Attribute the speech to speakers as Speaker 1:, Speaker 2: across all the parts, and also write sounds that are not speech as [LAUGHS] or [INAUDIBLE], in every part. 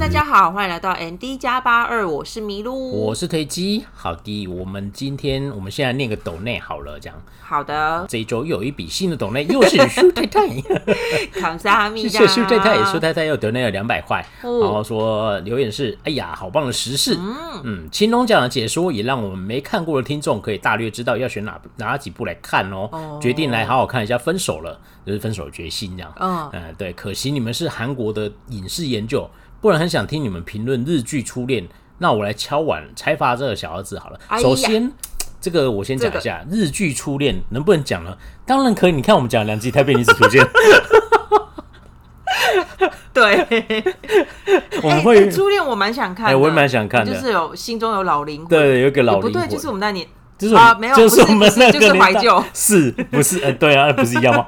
Speaker 1: 大家好，欢迎来到 ND 加八二，我是麋鹿。
Speaker 2: 我是推机，好的，我们今天我们现在念个抖内好了，这样
Speaker 1: 好的，
Speaker 2: 这一周又有一笔新的抖内，又是舒太太， [LAUGHS]
Speaker 1: 康萨米
Speaker 2: 谢
Speaker 1: 达，
Speaker 2: 谢舒太太，舒太太又抖内了两百块，
Speaker 1: 哦
Speaker 2: 然后说留言是，哎呀，好棒的时事，嗯，青龙奖的解说也让我们没看过的听众可以大略知道要选哪哪几部来看哦，
Speaker 1: 哦
Speaker 2: 决定来好好看一下《分手了》，就是分手的决心这样，
Speaker 1: 嗯
Speaker 2: 呃，对，可惜你们是韩国的影视研究，不然很想听你们评论日剧《初恋》。那我来敲碗拆发这个小儿子好了。
Speaker 1: 哎呀
Speaker 2: 首先，这个我先讲一下、日剧《初恋》能不能讲呢？当然可以，你看我们讲了两集《台北女子
Speaker 1: [LAUGHS]
Speaker 2: 图鉴》
Speaker 1: 对，
Speaker 2: 我们
Speaker 1: 哎
Speaker 2: 会
Speaker 1: 哎初恋我蛮想看的，
Speaker 2: 哎我也蛮想看的
Speaker 1: 就是有心中有老灵魂，
Speaker 2: 对有一个老
Speaker 1: 也哎不
Speaker 2: 灵
Speaker 1: 对，
Speaker 2: 魂，
Speaker 1: 就是我们那年
Speaker 2: 就是
Speaker 1: 啊没有
Speaker 2: 就是
Speaker 1: 不是
Speaker 2: 我们
Speaker 1: 不是
Speaker 2: 那个
Speaker 1: 就是
Speaker 2: 年代
Speaker 1: 怀旧
Speaker 2: [LAUGHS] 是不是？呃，对啊，不是一样吗？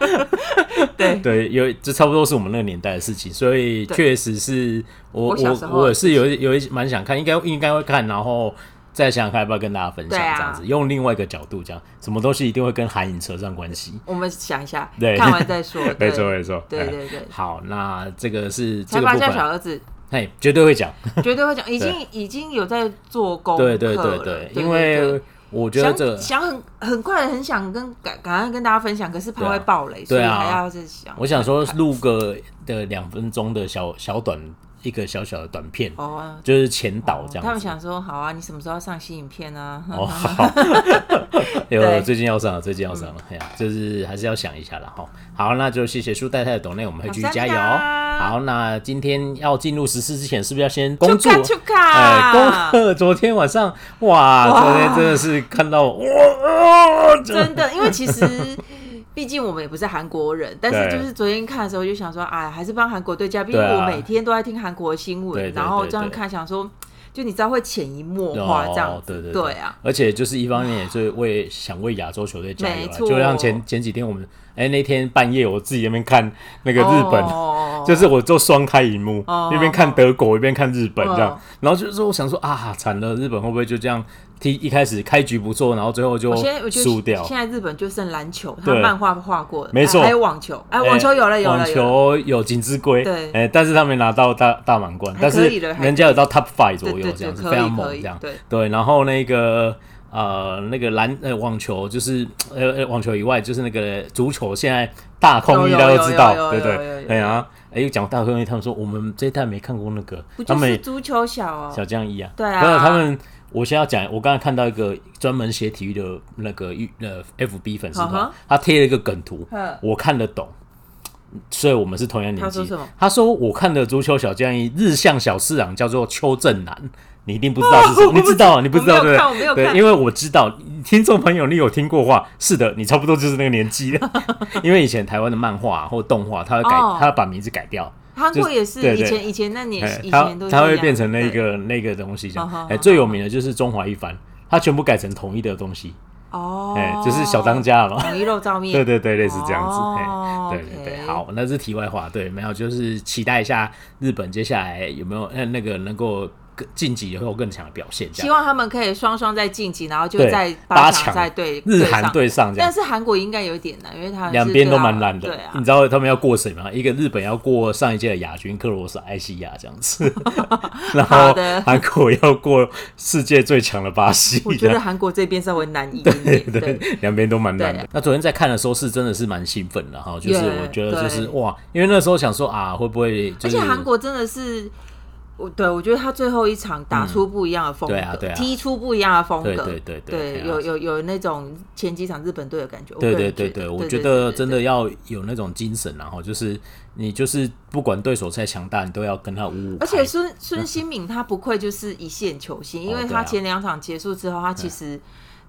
Speaker 1: [LAUGHS] 对
Speaker 2: 对，有这差不多是我们那个年代的事情，所以
Speaker 1: 对
Speaker 2: 确实是我
Speaker 1: 我小时
Speaker 2: 我
Speaker 1: 候
Speaker 2: 我也是有一有一蛮想看，应该应该会看，然后再想想看要不要跟大家分
Speaker 1: 对
Speaker 2: 享
Speaker 1: 啊
Speaker 2: 这样子，用另外一个角度讲，什么东西一定会跟韩影扯上关系。
Speaker 1: 我们想一下，
Speaker 2: 对
Speaker 1: 看完再说，对
Speaker 2: 没错没错，
Speaker 1: 对
Speaker 2: 哎
Speaker 1: 对对
Speaker 2: 好，那这个是
Speaker 1: 才
Speaker 2: 这个
Speaker 1: 发
Speaker 2: 部
Speaker 1: 现小
Speaker 2: 分，
Speaker 1: 儿子
Speaker 2: 嘿，绝对会讲，
Speaker 1: 绝对会讲，已经已经有在做功课
Speaker 2: 对
Speaker 1: 了，
Speaker 2: 对对
Speaker 1: 对
Speaker 2: 对，，因为我觉得这
Speaker 1: 想
Speaker 2: 个
Speaker 1: 想很很快很想跟赶赶快跟大家分享，可是怕
Speaker 2: 对啊
Speaker 1: 会爆雷，所以
Speaker 2: 对啊
Speaker 1: 还要再想。
Speaker 2: 我想说录个的两分钟的小小短一个小小的短片，
Speaker 1: 哦，
Speaker 2: 就是前导这样子。
Speaker 1: 他们想说好啊，你什么时候要上新影片啊？ [LAUGHS]
Speaker 2: 哦，好， [LAUGHS] 有
Speaker 1: 对嗯
Speaker 2: 最近要上了，最近要上了，哎呀，就是还是要想一下了哈。好，那就谢谢舒太太的懂内，我们会继续加油。哦
Speaker 1: 好的
Speaker 2: 好，那今天要进入十四之前，是不是要先恭祝？
Speaker 1: 出
Speaker 2: 哎，恭
Speaker 1: 卡，
Speaker 2: 贺！昨天晚上，哇，
Speaker 1: 哇
Speaker 2: 昨天真的是看到哇，啊真的
Speaker 1: [LAUGHS] 真的，因为其实毕竟我们也不是韩国人，但是
Speaker 2: 对
Speaker 1: 就是昨天看的时候就想说，哎，还是帮韩国对家，毕竟
Speaker 2: 对啊
Speaker 1: 我每天都在听韩国的新
Speaker 2: 对
Speaker 1: 闻，
Speaker 2: 对对
Speaker 1: 然后这样看，想说就你知道会潜移默化这样
Speaker 2: 哦，对
Speaker 1: 子，
Speaker 2: 对
Speaker 1: 对啊，，
Speaker 2: 而且就是一方面也是为想为亚洲球队加油
Speaker 1: 没
Speaker 2: 啦，
Speaker 1: 错
Speaker 2: 就像前前几天我们哎那天半夜我自己在那边看那个日本，
Speaker 1: 哦
Speaker 2: 就是我就双开荧幕，
Speaker 1: 哦
Speaker 2: 一边看德国一边看日本这样，
Speaker 1: 嗯
Speaker 2: 然后就是我想说啊惨了，日本会不会就这样踢一开始开局不错，然后最后就
Speaker 1: 我现在我觉
Speaker 2: 输
Speaker 1: 得
Speaker 2: 掉？
Speaker 1: 现在日本就剩篮球，他
Speaker 2: 对
Speaker 1: 漫画画过的，
Speaker 2: 没错
Speaker 1: 哎还有网球，哎，
Speaker 2: 哎
Speaker 1: 网球有了有了
Speaker 2: 网
Speaker 1: 有了，
Speaker 2: 球有金之龟，
Speaker 1: 对
Speaker 2: 哎、但是他没拿到大大满贯，
Speaker 1: 还
Speaker 2: 但
Speaker 1: 可
Speaker 2: 是
Speaker 1: 以了还可以
Speaker 2: 人家有到 top five 左
Speaker 1: 对
Speaker 2: 右
Speaker 1: 对
Speaker 2: 这样子，
Speaker 1: 对可以
Speaker 2: 非常
Speaker 1: 可
Speaker 2: 猛
Speaker 1: 以
Speaker 2: 这样，
Speaker 1: 对
Speaker 2: 然后那个。呃，那个篮呃网球就是呃呃网球以外，就是那个足球，现在大空翼
Speaker 1: 有
Speaker 2: 大家
Speaker 1: 有
Speaker 2: 都知
Speaker 1: 有有
Speaker 2: 道，对
Speaker 1: 有
Speaker 2: 不对
Speaker 1: 有有有？
Speaker 2: 哎呀，哎又讲大空翼，他们说我们这一代没看过那个
Speaker 1: 不，
Speaker 2: 他
Speaker 1: 就
Speaker 2: 们
Speaker 1: 是
Speaker 2: 也
Speaker 1: 足球小哦，
Speaker 2: 小将一啊，
Speaker 1: 对啊
Speaker 2: 不是他们，我先要讲，我刚才看到一个专门写体育的那个育呃 FB 粉丝
Speaker 1: 嗯
Speaker 2: 团
Speaker 1: 哼，
Speaker 2: 他贴了一个梗图
Speaker 1: 嗯，
Speaker 2: 我看得懂。所以我们是同样年纪。
Speaker 1: 他说什么？
Speaker 2: 他说我看的足球小将一日向小市长叫做邱正南，你一定不知道是什么，你知道，你不知道
Speaker 1: [LAUGHS] 我没
Speaker 2: 对
Speaker 1: 有
Speaker 2: 不
Speaker 1: 看我
Speaker 2: 对？
Speaker 1: 没有看
Speaker 2: 对，因为我知道听众朋友，你有听过话，是的，你差不多就是那个年纪 [LAUGHS] 了。因为以前台湾的漫画或动画，他会改
Speaker 1: 哦，
Speaker 2: 他会把名字改掉。
Speaker 1: 韩国也是，
Speaker 2: 对
Speaker 1: 以
Speaker 2: 对
Speaker 1: 前以前那年
Speaker 2: 哎
Speaker 1: 以
Speaker 2: 它
Speaker 1: 前都
Speaker 2: 它
Speaker 1: 这
Speaker 2: 会
Speaker 1: 样
Speaker 2: 变成那
Speaker 1: 对
Speaker 2: 个那个东西这
Speaker 1: 哦好
Speaker 2: 样。
Speaker 1: 好
Speaker 2: 哎，最有名的就是中华一番，它全部改成统一的东西，
Speaker 1: 哦，
Speaker 2: 哎，就是
Speaker 1: [LAUGHS]
Speaker 2: 小当家了嘛。
Speaker 1: 统一肉燥面，
Speaker 2: [LAUGHS] 对对对，类似这样子。
Speaker 1: 哦
Speaker 2: 哎，对对对，好，那是题外话。对，没有，就是期待一下日本接下来有没有呃那个能够更晋级以后更强的表现，这
Speaker 1: 希
Speaker 2: 样。
Speaker 1: 望他们可以双双在晋级，然后就
Speaker 2: 对
Speaker 1: 在
Speaker 2: 八
Speaker 1: 强
Speaker 2: 强
Speaker 1: 再对
Speaker 2: 日
Speaker 1: 上
Speaker 2: 韩对上这样
Speaker 1: 但。是韩国应该有点难，因为他
Speaker 2: 两
Speaker 1: 是
Speaker 2: 边
Speaker 1: 对
Speaker 2: 都
Speaker 1: 啊
Speaker 2: 蛮难的，
Speaker 1: 对啊
Speaker 2: 你，知道他们要过谁吗？一个日本要过上一届的亚军克罗斯埃西亚这样
Speaker 1: [LAUGHS]
Speaker 2: 子，然
Speaker 1: 好
Speaker 2: 后
Speaker 1: 的
Speaker 2: 韩国要过世界最强的巴西。
Speaker 1: 我
Speaker 2: 这
Speaker 1: 觉
Speaker 2: 样
Speaker 1: 得韩国这边稍微难一点点，
Speaker 2: [LAUGHS] 对，两边都蛮难
Speaker 1: 对
Speaker 2: 的。那昨天在看的时候是真的是蛮兴奋的哈，就是
Speaker 1: Yeah，
Speaker 2: 我觉得就是
Speaker 1: 对
Speaker 2: 哇，因为那时候想说啊，会不会
Speaker 1: 而
Speaker 2: 就是
Speaker 1: 且韩国真的是，我对我觉得他最后一场打出不一样的风格，
Speaker 2: 对啊对啊
Speaker 1: 踢出不一样的风格，
Speaker 2: 对对对对对啊
Speaker 1: 有有有那种前几场日本队的感觉，我
Speaker 2: 对
Speaker 1: 个
Speaker 2: 对
Speaker 1: 人
Speaker 2: 对对，
Speaker 1: 对，
Speaker 2: 我
Speaker 1: 对
Speaker 2: 觉
Speaker 1: 对
Speaker 2: 得
Speaker 1: 对
Speaker 2: 真
Speaker 1: 对
Speaker 2: 的要有那种精神，然后就是你就是不管对手再强大，你都要跟他五五开。
Speaker 1: 而且
Speaker 2: [LAUGHS]
Speaker 1: 孙孙兴敏他不愧就是一线球星，因为
Speaker 2: 对
Speaker 1: 他
Speaker 2: 啊
Speaker 1: 前两场结束之后，他其实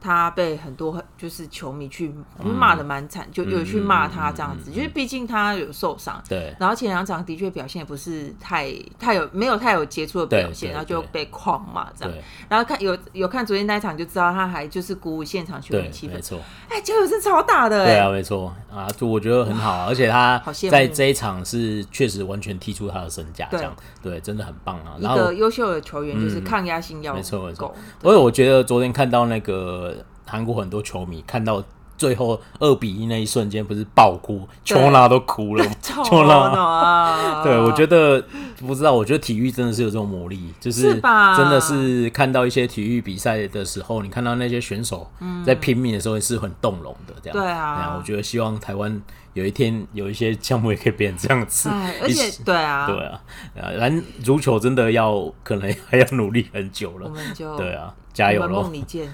Speaker 1: 他被很多就是球迷去
Speaker 2: 嗯
Speaker 1: 骂的蛮惨，就有去骂他这样子，就是毕竟他有受伤，
Speaker 2: 对
Speaker 1: 然后前两场的确表现也不是太太有没有太有杰出的表
Speaker 2: 对
Speaker 1: 现，
Speaker 2: 对
Speaker 1: 然后就被狂骂这样
Speaker 2: 对。
Speaker 1: 然后看有有看昨天那一场就知道他还就是鼓舞现场球迷
Speaker 2: 对，
Speaker 1: 气
Speaker 2: 没
Speaker 1: 氛，
Speaker 2: 错。
Speaker 1: 哎，交友是超打的
Speaker 2: 对啊，
Speaker 1: 哎，
Speaker 2: 没错啊，就我觉得很好啊，而且他
Speaker 1: 好羡慕哦
Speaker 2: 在这一场是确实完全踢出他的身价，这样对，真的很棒啊。
Speaker 1: 欸一
Speaker 2: 然后嗯
Speaker 1: 个优秀的球员就是抗压性要
Speaker 2: [LAUGHS] 没错没错
Speaker 1: 够，
Speaker 2: 所以我觉得昨天看到那个韩国很多球迷看到最后二比一那一瞬间不是爆哭，
Speaker 1: 对
Speaker 2: 琼拉都哭了，
Speaker 1: [LAUGHS]
Speaker 2: 琼拉。
Speaker 1: 啊
Speaker 2: [LAUGHS] 对，我觉得不知道，我觉得体育真的是有这种魔力，就是
Speaker 1: 是吧
Speaker 2: 真的是看到一些体育比赛的时候，你看到那些选手在拼命的时候是很动容的，这样。
Speaker 1: 对啊
Speaker 2: 我觉得希望台湾有一天有一些项目也可以变成这样子。
Speaker 1: 哎， [LAUGHS] 而
Speaker 2: 一
Speaker 1: 且
Speaker 2: 起
Speaker 1: 对啊，
Speaker 2: [LAUGHS] 对啊，啊，篮足球真的要可能还要努力很久
Speaker 1: 我
Speaker 2: 了。
Speaker 1: 们就
Speaker 2: 对啊，加油
Speaker 1: 我们
Speaker 2: 喽
Speaker 1: 梦！里见。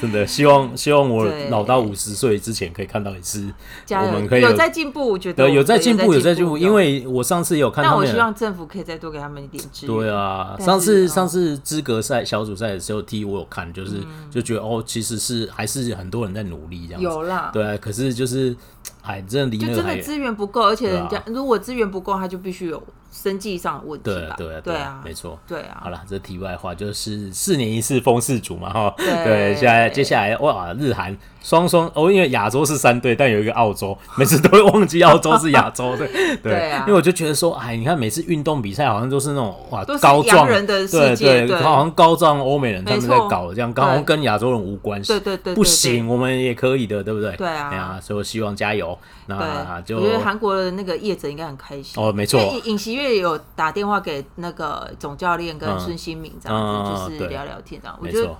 Speaker 2: 真的希
Speaker 1: [LAUGHS]
Speaker 2: 望希望我
Speaker 1: 对
Speaker 2: 老到五十岁之前可以看到一次，
Speaker 1: 加
Speaker 2: 我
Speaker 1: 油！
Speaker 2: 们可以
Speaker 1: 有在进步，我觉得
Speaker 2: 对有
Speaker 1: 在
Speaker 2: 在进步有在进步，因为我上次有看
Speaker 1: 但
Speaker 2: 他
Speaker 1: 我
Speaker 2: 们
Speaker 1: 希
Speaker 2: 有。
Speaker 1: 望政府可以再多给他们一点支援。
Speaker 2: 对啊，
Speaker 1: 但
Speaker 2: 上次
Speaker 1: 是
Speaker 2: 上
Speaker 1: 嗯
Speaker 2: 次资格赛小组赛的时候踢，我有看，就是就觉得哦，其实是还是很多人在努力这样子。
Speaker 1: 有啦，
Speaker 2: 对啊，可是就是，哎，真的离
Speaker 1: 就
Speaker 2: 那个
Speaker 1: 真
Speaker 2: 还
Speaker 1: 的
Speaker 2: 远。
Speaker 1: 资源不够，而且人家
Speaker 2: 对啊
Speaker 1: 如果资源不够，他就必须有生计上的问题
Speaker 2: 对
Speaker 1: 吧？
Speaker 2: 对
Speaker 1: 对
Speaker 2: 啊
Speaker 1: 啊，，
Speaker 2: 没错。
Speaker 1: 对啊
Speaker 2: 好，啦，这题外话就是四年一次风氏组嘛，哈，
Speaker 1: 对
Speaker 2: 对，现在接下来哇，日韩双双哦，因为亚洲是三队，但有一个澳
Speaker 1: [LAUGHS]
Speaker 2: 洲，每次都会忘记澳洲是亚洲队，对
Speaker 1: 对啊
Speaker 2: 因为我就觉得说，哎，你看每次运动比赛好像都是那种哇
Speaker 1: 都是
Speaker 2: 高壮
Speaker 1: 洋人的世
Speaker 2: 对
Speaker 1: 界
Speaker 2: 对，
Speaker 1: 对
Speaker 2: 好像高壮欧美人他
Speaker 1: 没
Speaker 2: 们
Speaker 1: 错
Speaker 2: 在搞这样，刚好像
Speaker 1: 对
Speaker 2: 跟亚洲人无关系，
Speaker 1: 对对对对
Speaker 2: 不行，我们也可以的，对不对？
Speaker 1: 对啊
Speaker 2: 哎呀，所以我希望加油，那
Speaker 1: 对，
Speaker 2: 啊就
Speaker 1: 我觉得韩国的那个业者应该很开心。
Speaker 2: 哦，没
Speaker 1: 因
Speaker 2: 错，
Speaker 1: 为尹尹锡悦有打电话给那个总教练跟
Speaker 2: 嗯
Speaker 1: 孙兴敏这
Speaker 2: 嗯
Speaker 1: 样子，
Speaker 2: 嗯
Speaker 1: 就是
Speaker 2: 对
Speaker 1: 聊聊天这样。我
Speaker 2: 没
Speaker 1: 觉得
Speaker 2: 错，，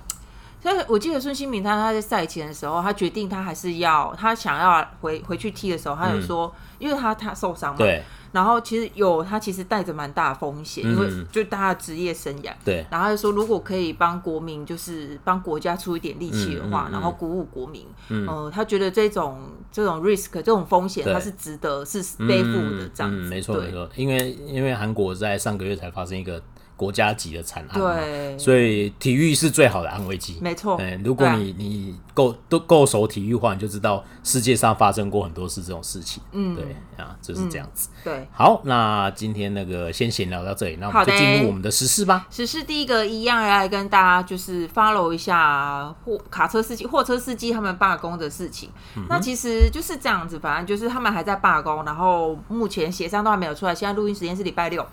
Speaker 1: 但是我记得孙兴敏他他在赛前的时候，他决定他还是要他想要回回去踢的时候，他有说，因为他他受伤嘛，
Speaker 2: 嗯对
Speaker 1: 然后其实有他其实带着蛮大的风险，因为
Speaker 2: 嗯
Speaker 1: 就他的职业生涯。
Speaker 2: 对，
Speaker 1: 然后他就说，如果可以帮国民，就是帮国家出一点力气的话，
Speaker 2: 嗯嗯嗯
Speaker 1: 然后鼓舞国民，嗯、呃，他觉得这种这种 risk 这种风险，
Speaker 2: 对
Speaker 1: 他是值得是背负的这样子，
Speaker 2: 嗯，没错
Speaker 1: 对
Speaker 2: 没错，因为因为韩国在上个月才发生一个国家级的惨案嘛，
Speaker 1: 对
Speaker 2: 所以体育是最好的安慰剂。
Speaker 1: 没错
Speaker 2: 嗯，如果
Speaker 1: 对啊
Speaker 2: 你、你够都够熟体育的话，你就知道世界上发生过很多次这种事情。嗯，对啊，就是这样子。
Speaker 1: 对。
Speaker 2: 好，那今天那个先闲聊到这里，那我
Speaker 1: 好
Speaker 2: 们
Speaker 1: 的
Speaker 2: 就进入我们的时事吧。
Speaker 1: 只是第一个一样来跟大家就是 follow 一下货卡车司机、货车司机他们罢工的事情。那其实就是这样子，反正就是他们还在罢工，然后目前协商都还没有出来。现在录音时间是礼拜六。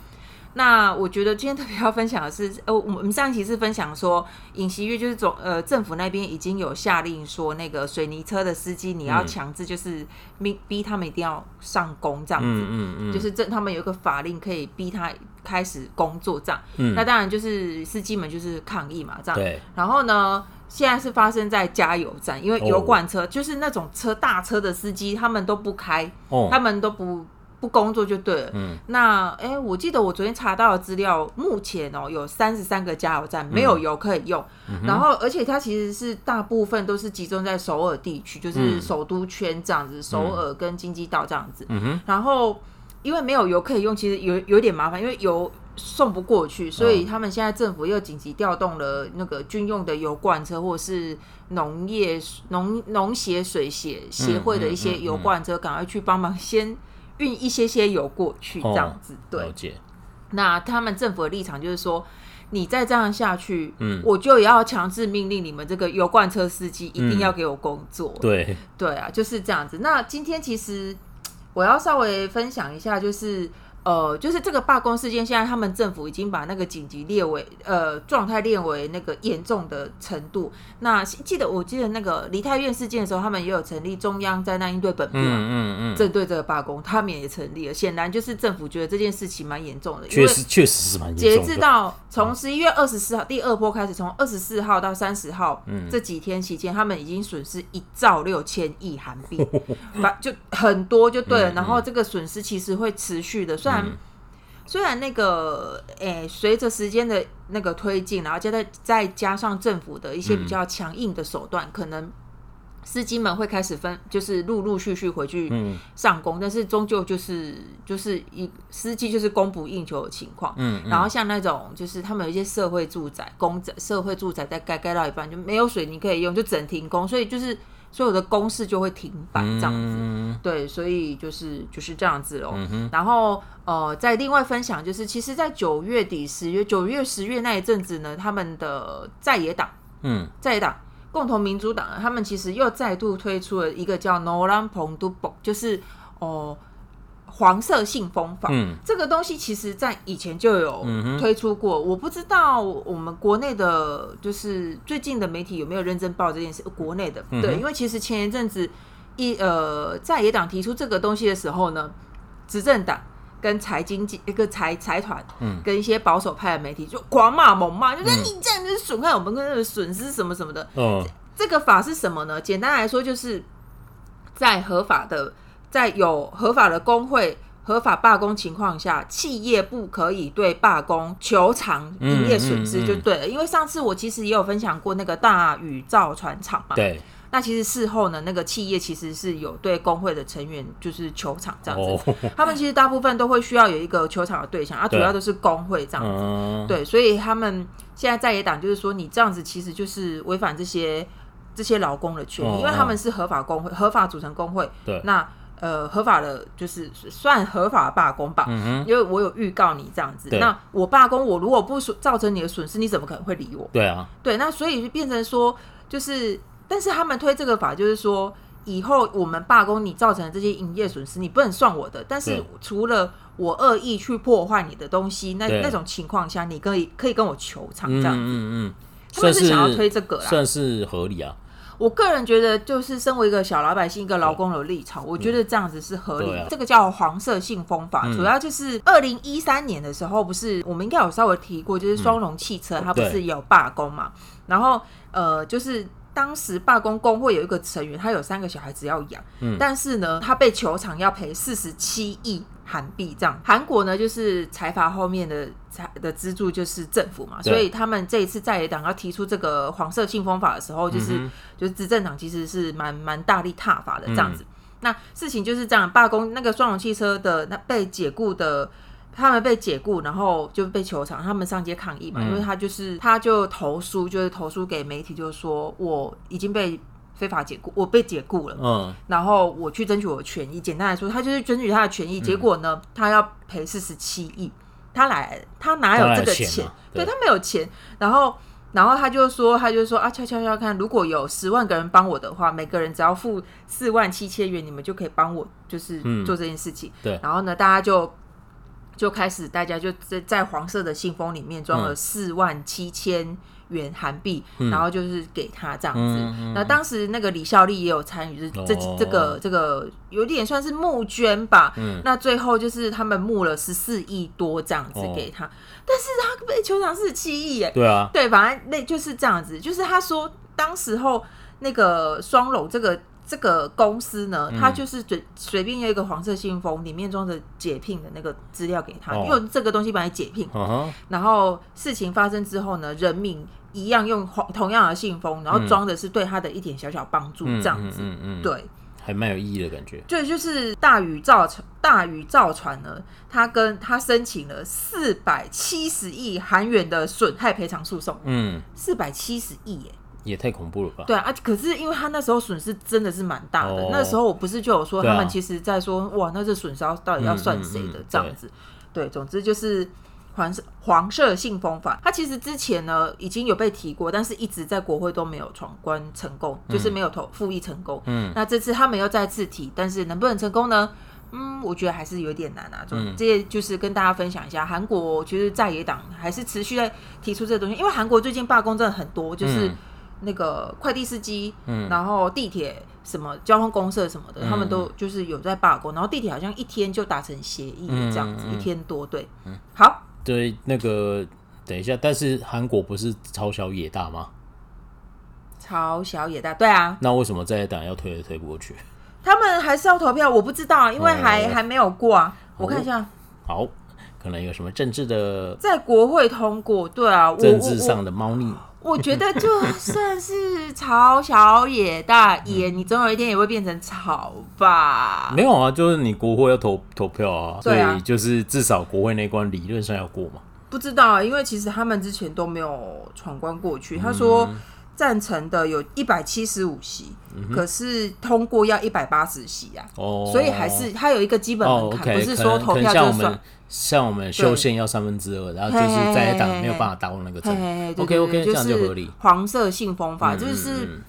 Speaker 1: 那我觉得今天特别要分享的是，呃，我们上一期是分享说，尹锡悦就是总呃政府那边已经有下令说，那个水泥车的司机你要强制就是逼逼他们一定要上工这样子。
Speaker 2: 嗯嗯嗯，
Speaker 1: 就是这他们有一个法令可以逼他开始工作这样。那当然就是司机们就是抗议嘛这样。
Speaker 2: 嗯对，
Speaker 1: 然后呢，现在是发生在加油站，
Speaker 2: 哦
Speaker 1: 因为油罐车、就是那种车大车的司机，他们都不开，
Speaker 2: 哦
Speaker 1: 他，们都不。不工作就对了。
Speaker 2: 嗯
Speaker 1: 那哎、诶我记得我昨天查到的资料，目前哦、有三十三个加油站没有
Speaker 2: 嗯
Speaker 1: 油可以用，然后而且它其实是大部分都是集中在首尔地区，就是
Speaker 2: 嗯
Speaker 1: 首都圈这样子，首尔跟京畿道这样子。
Speaker 2: 嗯哼，
Speaker 1: 然后因为没有油可以用，其实有有点麻烦，因为油送不过
Speaker 2: 嗯
Speaker 1: 去，所以他们现在政府又紧急调动了那个军用的油罐车，或者是农业农农协水协协会的一些油罐车，赶快去帮忙先运一些些油过去，
Speaker 2: 哦
Speaker 1: 这样子。
Speaker 2: 了
Speaker 1: 对，
Speaker 2: 解。
Speaker 1: 那他们政府的立场就是说。你再这样下去，
Speaker 2: 嗯
Speaker 1: 我就也要强制命令你们这个油罐车司机一定
Speaker 2: 嗯
Speaker 1: 要给我工作。
Speaker 2: 对，
Speaker 1: 对啊，就是这样子。那今天其实我要稍微分享一下，就是呃，就是这个罢工事件，现在他们政府已经把那个紧急列为呃状态列为那个严重的程度。那记得我记得那个梨泰院事件的时候，他们也有成立中央灾难应对本部
Speaker 2: 嗯
Speaker 1: 嘛。
Speaker 2: 嗯嗯，
Speaker 1: 针对这个罢工，他们也成立了。显然就是政府觉得这件事情蛮严重的，因
Speaker 2: 确
Speaker 1: 为
Speaker 2: 实确实是蛮严
Speaker 1: 截
Speaker 2: 重
Speaker 1: 至
Speaker 2: 的。
Speaker 1: 到从十一月二十四号第二波开始，从二十四号到三十号、
Speaker 2: 嗯
Speaker 1: 这几天期间，他们已经损失一兆六千亿韩
Speaker 2: [LAUGHS]
Speaker 1: 币，
Speaker 2: 哦
Speaker 1: 把就很多就
Speaker 2: 嗯
Speaker 1: 对了。然后这个损失其实会持续的，虽然、虽然那个诶，随着时间的那个推进，然后加再再加上政府的一
Speaker 2: 嗯
Speaker 1: 些比较强硬的手段，可能司机们会开始分，就是陆陆续续回去
Speaker 2: 嗯
Speaker 1: 上工，但是终究就是就是一司机就是供不应求的情况。
Speaker 2: 嗯，
Speaker 1: 然后像那种就是他们有一些社会住宅、公宅、社会住宅在盖盖到一半就没有水泥可以用，就整停工，所以就是所有的公事就会停摆这样子。
Speaker 2: 嗯
Speaker 1: 对，所以就是就是这样子喽。然后呃，再另外分享就是，其实，在九月底、十月、九月、十月那一阵子呢，他们的在野党、
Speaker 2: 嗯，
Speaker 1: 在野党、共同民主党呢，他们其实又再度推出了一个叫 “Nolan p o n d u b o 就是哦、黄色信封法。
Speaker 2: 嗯
Speaker 1: 这个东西其实在以前就有
Speaker 2: 嗯哼
Speaker 1: 推出过，我不知道我们国内的，就是最近的媒体有没有认真报这件事。国内的，
Speaker 2: 嗯哼
Speaker 1: 对，因为其实前一阵子一呃在野党提出这个东西的时候呢，执政党。跟财经界一个财财团，
Speaker 2: 嗯
Speaker 1: 跟一些保守派的媒体就狂骂猛骂，就说你这样就是损害我们跟损失什么什么的。
Speaker 2: 嗯
Speaker 1: 这个法是什么呢？简单来说，就是在合法的、在有合法的工会、合法罢工情况下，企业不可以对罢工求偿营业损
Speaker 2: 嗯嗯
Speaker 1: 失
Speaker 2: 嗯
Speaker 1: 就对了。因为上次我其实也有分享过那个大宇造船厂嘛，
Speaker 2: 对，
Speaker 1: 那其实事后呢，那个企业其实是有对工会的成员就是求偿这样子，
Speaker 2: 哦，
Speaker 1: 他们其实大部分都会需要有一个求偿的对象，啊，主
Speaker 2: 对
Speaker 1: 要都是工会这样子。
Speaker 2: 嗯，
Speaker 1: 对，所以他们现在在野党就是说，你这样子其实就是违反这些这些劳工的权利，
Speaker 2: 哦
Speaker 1: 因为他们是合法工会，合法组成工会。
Speaker 2: 对
Speaker 1: 那呃，合法的就是算合法罢工吧。
Speaker 2: 嗯哼，
Speaker 1: 因为我有预告你这样子，
Speaker 2: 对
Speaker 1: 那我罢工，我如果不损造成你的损失，你怎么可能会理我？
Speaker 2: 对啊，
Speaker 1: 对，那所以就变成说，就是，但是他们推这个法，就是说，以后我们罢工，你造成的这些营业损失，你不能算我的。但是
Speaker 2: 对
Speaker 1: 除了我恶意去破坏你的东西，那
Speaker 2: 对
Speaker 1: 那种情况下，你可以可以跟我求偿
Speaker 2: 嗯
Speaker 1: 这样。
Speaker 2: 嗯嗯，
Speaker 1: 他们
Speaker 2: 算
Speaker 1: 是
Speaker 2: 是
Speaker 1: 想要推这个啦。
Speaker 2: 算是合理啊，
Speaker 1: 我个人觉得，就是身为一个小老百姓、一个劳工的立场，我觉得这样子是合理
Speaker 2: 嗯对
Speaker 1: 的。
Speaker 2: 啊
Speaker 1: 这个叫黄色信封法，
Speaker 2: 嗯
Speaker 1: 主要就是二零一三年的时候，不是我们应该有稍微提过，就是双龙汽车、它不
Speaker 2: 嗯对
Speaker 1: 是有罢工嘛？然后呃，就是。当时罢工工会有一个成员，他有三个小孩子要养，
Speaker 2: 嗯
Speaker 1: 但是呢，他被球场要赔四十七亿韩币这样。韩国呢，就是财阀后面的财的资助就是政府嘛，
Speaker 2: 对
Speaker 1: 所以他们这一次在野党要提出这个黄色信封法的时候，就是、
Speaker 2: 嗯哼
Speaker 1: 就是执政党其实是蛮蛮大力踏法的这样子。那事情就是这样，罢工那个双龙汽车的那被解雇的。他们被解雇，然后就被球场，他们上街抗议嘛，
Speaker 2: 嗯
Speaker 1: 因为他就是他就投诉，就是投诉给媒体，就是说我已经被非法解雇，我被解雇了，
Speaker 2: 嗯，
Speaker 1: 然后我去争取我的权益。简单来说，他就是争取他的权益，结果呢，
Speaker 2: 嗯
Speaker 1: 他要赔四十七亿，他来他哪有这个
Speaker 2: 他哪有钱啊对
Speaker 1: 对他没有钱。然后然后他就说，他就说啊，悄悄悄看，如果有十万个人帮我的话，每个人只要付四万七千元，你们就可以帮我，就是
Speaker 2: 嗯
Speaker 1: 做这件事情。
Speaker 2: 对
Speaker 1: 然后呢，大家就。就开始，大家就在在黄色的信封里面装了
Speaker 2: 嗯
Speaker 1: 四万七千元韩币，
Speaker 2: 嗯
Speaker 1: 然后就是给他这样子。
Speaker 2: 嗯嗯
Speaker 1: 那当时那个李孝利也有参与，就是这、
Speaker 2: 哦
Speaker 1: 这个这个有点算是募捐吧。
Speaker 2: 嗯
Speaker 1: 那最后就是他们募了十四亿多这样子
Speaker 2: 哦
Speaker 1: 给他，但是他被球场是七亿耶。
Speaker 2: 对啊，
Speaker 1: 对，反正那就是这样子，就是他说当时候那个双龙这个。这个公司呢，
Speaker 2: 嗯
Speaker 1: 他就是随随便要一个黄色信封，里面装着解聘的那个资料给他，
Speaker 2: 哦
Speaker 1: 因为这个东西本来解聘，
Speaker 2: 嗯哼，
Speaker 1: 然后事情发生之后呢，人民一样用同同样的信封，然后装的是对他的一点小小帮助，
Speaker 2: 嗯
Speaker 1: 这样子。
Speaker 2: 嗯嗯，嗯，
Speaker 1: 对，
Speaker 2: 还蛮有意义的感觉，
Speaker 1: 这就是大宇造船，大宇造船呢，他跟他申请了四百七十亿韩元的损害赔偿诉讼，
Speaker 2: 嗯，
Speaker 1: 四百七十亿耶。
Speaker 2: 也太恐怖了吧？
Speaker 1: 对啊，啊可是因为他那时候损失真的是蛮大的，
Speaker 2: 哦
Speaker 1: 那时候我不是就有说
Speaker 2: 对啊
Speaker 1: 他们其实在说、哇，那这损失要到底要算谁的、
Speaker 2: 嗯嗯嗯
Speaker 1: 这样子？对，总之就是黄色黄色信封法，它其实之前呢已经有被提过，但是一直在国会都没有闯关成功，就是没有投复议成功。
Speaker 2: 嗯，
Speaker 1: 那这次他们又再次提，但是能不能成功呢？嗯，我觉得还是有点难啊。总
Speaker 2: 嗯
Speaker 1: 这些就是跟大家分享一下，韩国其实在野党还是持续在提出这个东西，因为韩国最近罢工真的很多，就是。
Speaker 2: 嗯
Speaker 1: 那个快递司机，
Speaker 2: 嗯
Speaker 1: 然后地铁什么交通公社什么的，
Speaker 2: 嗯
Speaker 1: 他们都就是有在罢工，然后地铁好像一天就达成协议
Speaker 2: 嗯
Speaker 1: 这样子，
Speaker 2: 嗯
Speaker 1: 一天多对，好，
Speaker 2: 对，那个等一下，但是韩国不是超小野大吗？
Speaker 1: 朝小野大对啊，
Speaker 2: 那为什么在野党要推也推不过去？
Speaker 1: 他们还是要投票，我不知道啊，因为还、
Speaker 2: 哦
Speaker 1: 还没有过啊，我看一下，
Speaker 2: 好，可能有什么政治的
Speaker 1: 在国会通过，对啊，我
Speaker 2: 政治上的猫腻，
Speaker 1: 我我我觉得就算是朝小野
Speaker 2: [LAUGHS]
Speaker 1: 大
Speaker 2: 嗯
Speaker 1: 野，你总有一天也会变成草吧，
Speaker 2: 没有啊，就是你国会要投投票啊，所
Speaker 1: 哦对啊
Speaker 2: 以就是至少国会那关理论上要过嘛。
Speaker 1: 不知道啊，因为其实他们之前都没有闯关过去。
Speaker 2: 嗯
Speaker 1: 他说赞成的有一百七十五席，可是通过要一百八十席啊，
Speaker 2: 嗯哦，
Speaker 1: 所以还是他有一个基本
Speaker 2: 哦
Speaker 1: 门槛，
Speaker 2: ，OK，
Speaker 1: 不是说投
Speaker 2: 可
Speaker 1: 票
Speaker 2: 能可能像我
Speaker 1: 就算嗯
Speaker 2: 们。像我们修宪要三分之二，然后就是在野党没有办法达到那
Speaker 1: 嘿
Speaker 2: 个程
Speaker 1: 嘿嘿对
Speaker 2: 度。OK
Speaker 1: 对
Speaker 2: OK，
Speaker 1: 对就
Speaker 2: 这样就是合理。
Speaker 1: 黄色信封法，就
Speaker 2: 嗯
Speaker 1: 是
Speaker 2: 嗯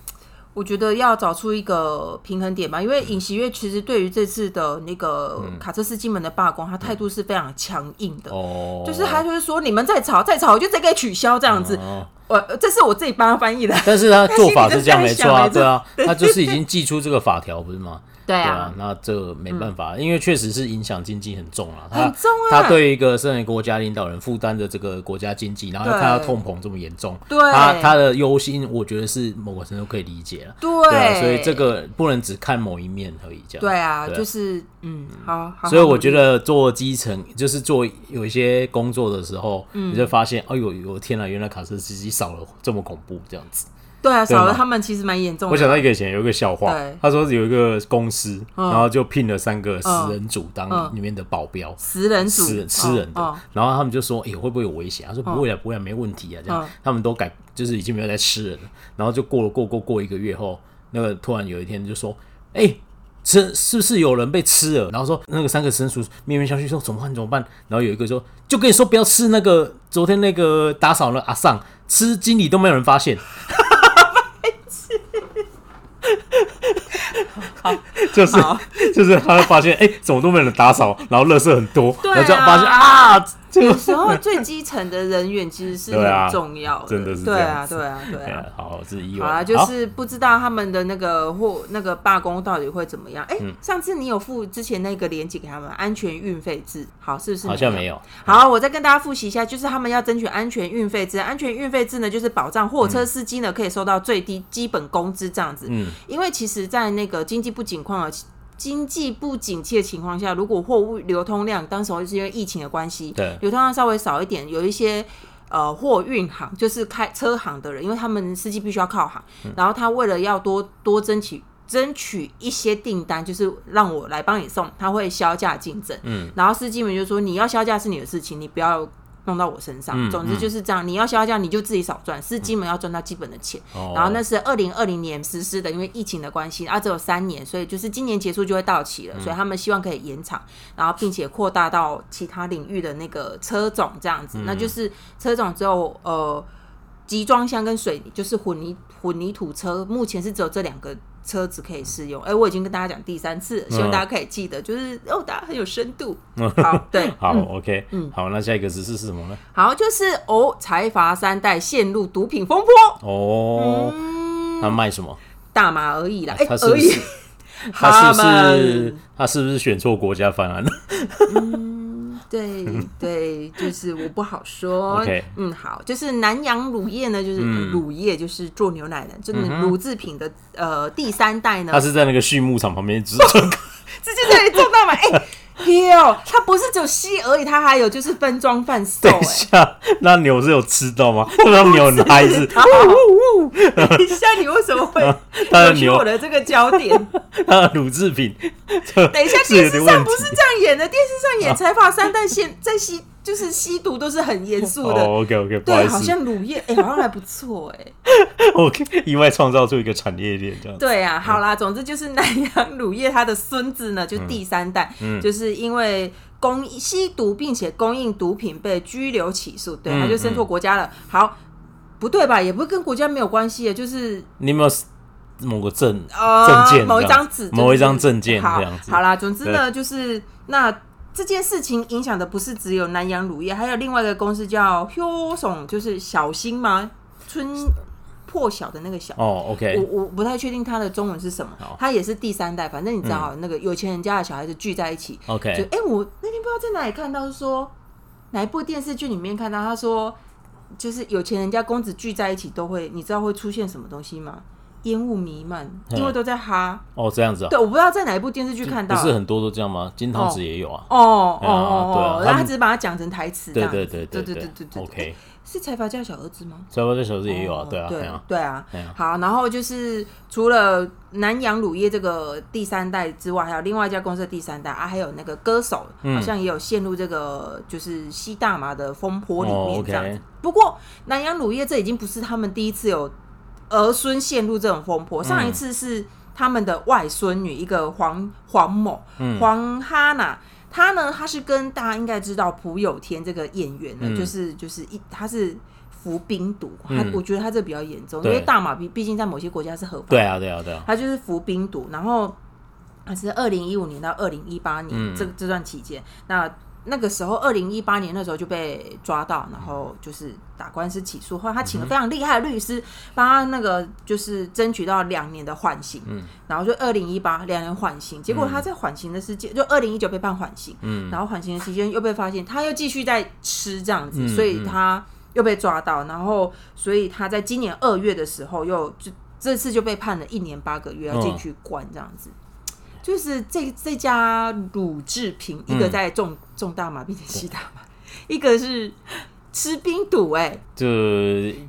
Speaker 1: 我觉得要找出一个平衡点吧，因为尹锡悦其实对于这次的那个
Speaker 2: 嗯
Speaker 1: 卡车司机们的罢工，他态度是非常强硬的，
Speaker 2: 哦，
Speaker 1: 就是他就是说你们再吵再吵，我就再给取消这样子。
Speaker 2: 哦
Speaker 1: 我这是我自己帮他翻译的，
Speaker 2: 但是他做法是这样没错
Speaker 1: 心里
Speaker 2: 啊，
Speaker 1: 就
Speaker 2: 对
Speaker 1: 这
Speaker 2: 啊，他就是已
Speaker 1: [LAUGHS]
Speaker 2: 经寄出这个法条，不是吗？
Speaker 1: 对
Speaker 2: 对
Speaker 1: 啊
Speaker 2: 啊，，那这个没办法，因为确实是影响经济很重啊，他
Speaker 1: 很重啊
Speaker 2: 他对一个身为国家领导人负担的这个国家经济，然后又
Speaker 1: 对
Speaker 2: 看到通膨这么严重，
Speaker 1: 对
Speaker 2: 他他的忧心，我觉得是某个程度可以理解了。
Speaker 1: 对
Speaker 2: 对啊，所以这个不能只看某一面而已，这样。
Speaker 1: 对啊，
Speaker 2: 对啊
Speaker 1: 就是嗯，好，好
Speaker 2: 所以我
Speaker 1: 得。好努力
Speaker 2: 觉得做基层就是做有一些工作的时候，
Speaker 1: 嗯
Speaker 2: 你就发现，哎呦，我天呐，原来卡车司机少了这么恐怖这样子。
Speaker 1: 对啊，
Speaker 2: 对
Speaker 1: 少了
Speaker 2: 吗
Speaker 1: 他们其实蛮严重的。
Speaker 2: 我想到一个以前有一个笑话
Speaker 1: 对，
Speaker 2: 他说有一个公司，
Speaker 1: 嗯
Speaker 2: 然后就聘了三个
Speaker 1: 嗯
Speaker 2: 十人组当
Speaker 1: 嗯
Speaker 2: 里面的保镖。
Speaker 1: 食人族，
Speaker 2: 吃人吃人的
Speaker 1: 哦，
Speaker 2: 然后他们就说：“哎，会不会有危险？”他说：“不会啊，不会啊，没问题啊。”这样
Speaker 1: 嗯，
Speaker 2: 他们都改，就是已经没有在吃人了。然后就过了过过过一个月后，那个突然有一天就说：“哎，吃是不是有人被吃了？”然后说那个三个申诉面面相觑，说：“怎么办？怎么办？”然后有一个说：“就跟你说不要吃那个昨天那个打扫了阿尚，吃经理都没有人
Speaker 1: [LAUGHS]
Speaker 2: 发现。”就是
Speaker 1: 好
Speaker 2: 就是，他会发现哎、怎么都没有人打扫，然后垃圾很多，
Speaker 1: 对啊
Speaker 2: 然后就发现啊，这
Speaker 1: [LAUGHS] 有
Speaker 2: 个
Speaker 1: 时候最基层的人员其实是
Speaker 2: [LAUGHS] 对啊
Speaker 1: 很重要的，
Speaker 2: 真的是这
Speaker 1: 对
Speaker 2: 样
Speaker 1: 啊，
Speaker 2: 子
Speaker 1: 对啊，
Speaker 2: [LAUGHS]
Speaker 1: 对啊。
Speaker 2: 哎好，这是意
Speaker 1: 好
Speaker 2: 外。
Speaker 1: 啦，就是不知道他们的那个或那个罢工到底会怎么样。哎、
Speaker 2: 嗯
Speaker 1: 上次你有付之前那个连结给他们安全运费制，好是不是？
Speaker 2: 好像没。有，
Speaker 1: 好，我再跟大家复习一下，就是他们要争取安全运费制。安全运费制呢，就是保障货车司机呢可以收到最低基本工资这样子。
Speaker 2: 嗯，
Speaker 1: 因为其实，在那个经济不景况的啊经济不景气的情况下，如果货物流通量，当时候是因为疫情的关系，
Speaker 2: 对
Speaker 1: 流通量稍微少一点，有一些。呃，货运行就是开车行的人，因为他们司机必须要靠行，然后他为了要多多争取争取一些订单，就是让我来帮你送，他会销价竞争。嗯，然后司机们就说你要销价是你的事情，你不要弄到我身上。
Speaker 2: 嗯
Speaker 1: 总之就是这样，你要销价你就自己少赚，司机们要赚到基本的钱。
Speaker 2: 哦
Speaker 1: 然后那是二零二零年实施的，因为疫情的关系，啊，只有三年，所以就是今年结束就会到期
Speaker 2: 嗯
Speaker 1: 了，所以他们希望可以延长，然后并且扩大到其他领域的那个车种这样子，
Speaker 2: 嗯
Speaker 1: 那就是车种只有呃集装箱跟水泥，就是混泥混泥土车，目前是只有这两个。车子可以适用，哎、我已经跟大家讲第三次了，希望
Speaker 2: 嗯
Speaker 1: 大家可以记得，就是哦，大家很有深度。好，对，
Speaker 2: 好、o k
Speaker 1: 嗯
Speaker 2: 好，那下一个指示是什么呢？
Speaker 1: 好，就是哦，财阀三代陷入毒品风波，
Speaker 2: 哦，
Speaker 1: 嗯
Speaker 2: 他卖什么？
Speaker 1: 大麻而已啦，哎、
Speaker 2: 啊他是不
Speaker 1: 而已
Speaker 2: 是， [LAUGHS] 他是
Speaker 1: 他
Speaker 2: 不是
Speaker 1: 们
Speaker 2: 他是不是选错国家方案 [LAUGHS] 了？
Speaker 1: 对对，就是我不好说。
Speaker 2: OK 嗯
Speaker 1: 嗯，好，就是南洋乳业呢，就是、乳业就是做牛奶的，就是乳制品的、呃第三代呢
Speaker 2: 他，是在那个畜牧场旁边只
Speaker 1: 这就在做到嘛，哎、哟，它不是只有吸而已，它还有就是分装贩售、
Speaker 2: [LAUGHS] 等一
Speaker 1: 哎，
Speaker 2: 下，那牛是有吃到吗？ [LAUGHS] 那牛哪一只？
Speaker 1: [LAUGHS] 好，
Speaker 2: [LAUGHS]
Speaker 1: 哎等一下，你为什么会
Speaker 2: 他的
Speaker 1: 扭曲
Speaker 2: 牛
Speaker 1: 我的这个焦
Speaker 2: [LAUGHS]
Speaker 1: 点？
Speaker 2: 它的乳制品？
Speaker 1: 等
Speaker 2: 等
Speaker 1: 一下，
Speaker 2: 是有
Speaker 1: 电
Speaker 2: 点
Speaker 1: 视
Speaker 2: 问
Speaker 1: 上
Speaker 2: 题啊
Speaker 1: 不是这样演的，电视上演财阀三代现在吸就是吸毒都是很严肃的。
Speaker 2: 哦，OK OK，不好
Speaker 1: 对，
Speaker 2: 意
Speaker 1: 好
Speaker 2: 思
Speaker 1: 像乳业，哎、好像还不错、哎。
Speaker 2: [LAUGHS] ，OK，意外创造出一个产业链这样子。
Speaker 1: 对啊，好啦，总之就是南洋乳业他的孙子呢，就
Speaker 2: 嗯
Speaker 1: 第三代，就是因为供吸毒并且供应毒品被拘留起诉，对，
Speaker 2: 嗯
Speaker 1: 他就伸错国家了。好，不对吧？也不是跟国家没有关系的，就是
Speaker 2: 你有没有某个证
Speaker 1: 呃
Speaker 2: 证件这样子？啊
Speaker 1: 某一张纸，
Speaker 2: 某一张
Speaker 1: 就是
Speaker 2: 证件
Speaker 1: 好
Speaker 2: 这样，子？
Speaker 1: 好啦，总之呢，就是那。这件事情影响的不是只有南洋乳业，还有另外一个公司叫 h u s o n 就是小新吗？春破晓的那个小，
Speaker 2: 哦，OK，
Speaker 1: 我我不太确定它的中文是什么
Speaker 2: 好，嗯
Speaker 1: 它也是第三代，反正你知道，那个有钱人家的小孩子聚在一起，就哎
Speaker 2: OK，、
Speaker 1: 我那天不知道在哪里看到说哪一部电视剧里面看到，他说就是有钱人家公子聚在一起都会，你知道会出现什么东西吗？烟雾弥漫，
Speaker 2: 嗯
Speaker 1: 因为都在哈。
Speaker 2: 哦，这样子啊，
Speaker 1: 对，我不知道在哪一部电视剧看
Speaker 2: 不
Speaker 1: 到。
Speaker 2: 是很多都这样吗？金汤匙也有啊。
Speaker 1: 哦哦
Speaker 2: 对啊对啊
Speaker 1: 哦哦，
Speaker 2: 他
Speaker 1: 然后
Speaker 2: 们
Speaker 1: 他只是把它讲成台词这
Speaker 2: 对
Speaker 1: 样子。
Speaker 2: 对对
Speaker 1: 对
Speaker 2: 对
Speaker 1: 对对对
Speaker 2: OK，
Speaker 1: 是财阀家的小儿子吗？
Speaker 2: 小包这小子也有啊，对啊，
Speaker 1: 哦
Speaker 2: 对
Speaker 1: 对
Speaker 2: 啊，
Speaker 1: 对啊
Speaker 2: 对啊，
Speaker 1: 好，然后就是除了南洋乳业这个第三代之外，还有另外一家公司的第三代啊，还有那个歌手
Speaker 2: 嗯
Speaker 1: 好像也有陷入这个就是吸大麻的风波里
Speaker 2: 哦
Speaker 1: 面
Speaker 2: ，OK
Speaker 1: 这样子。不过南洋乳业这已经不是他们第一次有儿孙陷入这种风波，上一次是他们的外孙女一个黄黄某、黄哈娜。她呢？她是跟大家应该知道朴有天这个演员呢，就是就是一，她是服冰毒，他、我觉得他这比较严重，因为
Speaker 2: 对
Speaker 1: 大麻毕毕竟在某些国家是合法的
Speaker 2: 对啊，对啊，对啊，
Speaker 1: 他就是服冰毒，然后他是二零一五年到二零一八年、这这段期间，那那个时候二零一八年那时候就被抓到，然后就是打官司起诉，后来他请了非常厉害的律师帮他那个就是争取到两年的缓刑，然后就二零一八两年缓刑，结果他在缓刑的时间就二零一九被判缓刑，然后缓刑的期间又被发现他又继续在吃这样子，所以他。又被抓到，然后所以他在今年二月的时候又就这次就被判了一年八个月，要进去关这样子。就是这这家乳制品，一个在种、种大麻并且吸大麻，一个是吃冰毒、哎，
Speaker 2: 就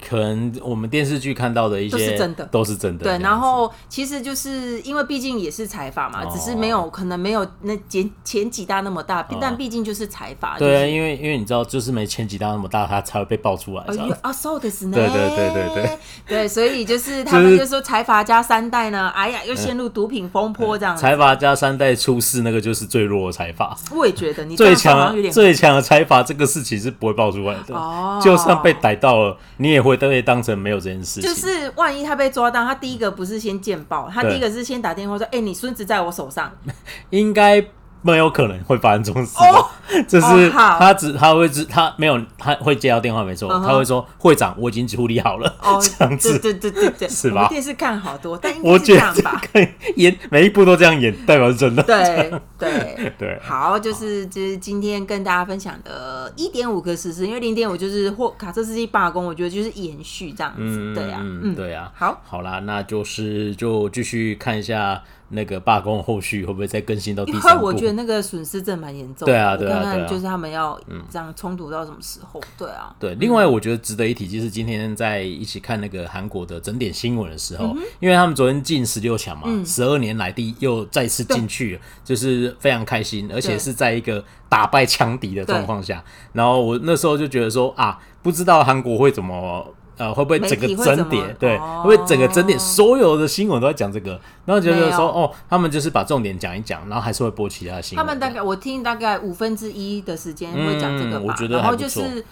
Speaker 2: 可能我们电视剧看到的一些
Speaker 1: 都是真的
Speaker 2: 都是真的这
Speaker 1: 对，
Speaker 2: 样子
Speaker 1: 然后其实就是因为毕竟也是财阀嘛，
Speaker 2: 哦哦
Speaker 1: 只是没有可能没有那前前几大那么大，但毕竟就是财阀，
Speaker 2: 对啊，
Speaker 1: 就是。
Speaker 2: 因为因为你知道，就是没前几大那么大，它才会被爆出来，
Speaker 1: 哎
Speaker 2: 这样
Speaker 1: 呦啊，そうですね。
Speaker 2: 对对对对对
Speaker 1: 对所以就是他们就说财阀家三代呢，
Speaker 2: 嗯
Speaker 1: 哎呀，又陷入毒品风波这样子。
Speaker 2: 财阀加三代出事，那个就是最弱的财阀，
Speaker 1: 我也觉得你这
Speaker 2: 最
Speaker 1: 样说好像
Speaker 2: 强啊
Speaker 1: 有点
Speaker 2: 最强的财阀这个事情是不会爆出来的。
Speaker 1: 哦
Speaker 2: 就算被逮到了，你也会被当成没有这件事情。
Speaker 1: 就是万一他被抓到，他第一个不是先见报，他
Speaker 2: 对
Speaker 1: 第一个是先打电话说：“哎、你孙子在我手上。
Speaker 2: [LAUGHS] 应该没有可能会发生这种事吧。
Speaker 1: 哦
Speaker 2: 就是
Speaker 1: 哦好
Speaker 2: 他只他会知他没有他会接到电话没错，
Speaker 1: 嗯哼
Speaker 2: 他会说会长我已经处理好了”
Speaker 1: 哦，
Speaker 2: [LAUGHS] 这样子。
Speaker 1: 对对对对对，
Speaker 2: 是吧
Speaker 1: 我们电视看好多，但应该
Speaker 2: 我
Speaker 1: 是这
Speaker 2: 觉
Speaker 1: 样
Speaker 2: 得
Speaker 1: 吧？
Speaker 2: 可以演每一部都这样演，代表是真的。
Speaker 1: 对对。啊
Speaker 2: 对，
Speaker 1: 好，就是就是今天跟大家分享的一点五个实施，因为零点五就是或卡车司机罢工，我觉得就是延续这样子，对呀、
Speaker 2: 嗯，对啊。
Speaker 1: 好，
Speaker 2: 好啦，那就是就继续看一下那个罢工后续会不会再更新到第
Speaker 1: 因为
Speaker 2: 三部。
Speaker 1: 我觉得那个损失真的蛮严重的，
Speaker 2: 对啊
Speaker 1: 我
Speaker 2: 对啊
Speaker 1: 看看
Speaker 2: 对啊嗯
Speaker 1: 就是他们要这样冲突到什么时候？对啊，
Speaker 2: 对，另外我觉得值得一提，就是今天在一起看那个韩国的整点新闻的时候，
Speaker 1: 嗯
Speaker 2: 因为他们昨天进十六强嘛，十二、年来第又再次进去了，就是非常开心，而且是在一个打败强敌的状况下。然后我那时候就觉得说啊，不知道韩国会怎么。呃，会不会
Speaker 1: 媒
Speaker 2: 整个
Speaker 1: 体会怎
Speaker 2: 整
Speaker 1: 么
Speaker 2: 点？对，
Speaker 1: 哦
Speaker 2: 会不会整个整点所有的新闻都在讲这个？然后觉得说，
Speaker 1: 没
Speaker 2: 哦，他们就是把重点讲一讲，然后还是会播其他的新闻。
Speaker 1: 他们大概我听大概五分之一的时间会讲这个吧，
Speaker 2: 嗯我觉得
Speaker 1: 然后
Speaker 2: 还不
Speaker 1: 就
Speaker 2: 错
Speaker 1: 是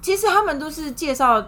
Speaker 1: 其实他们都是介绍，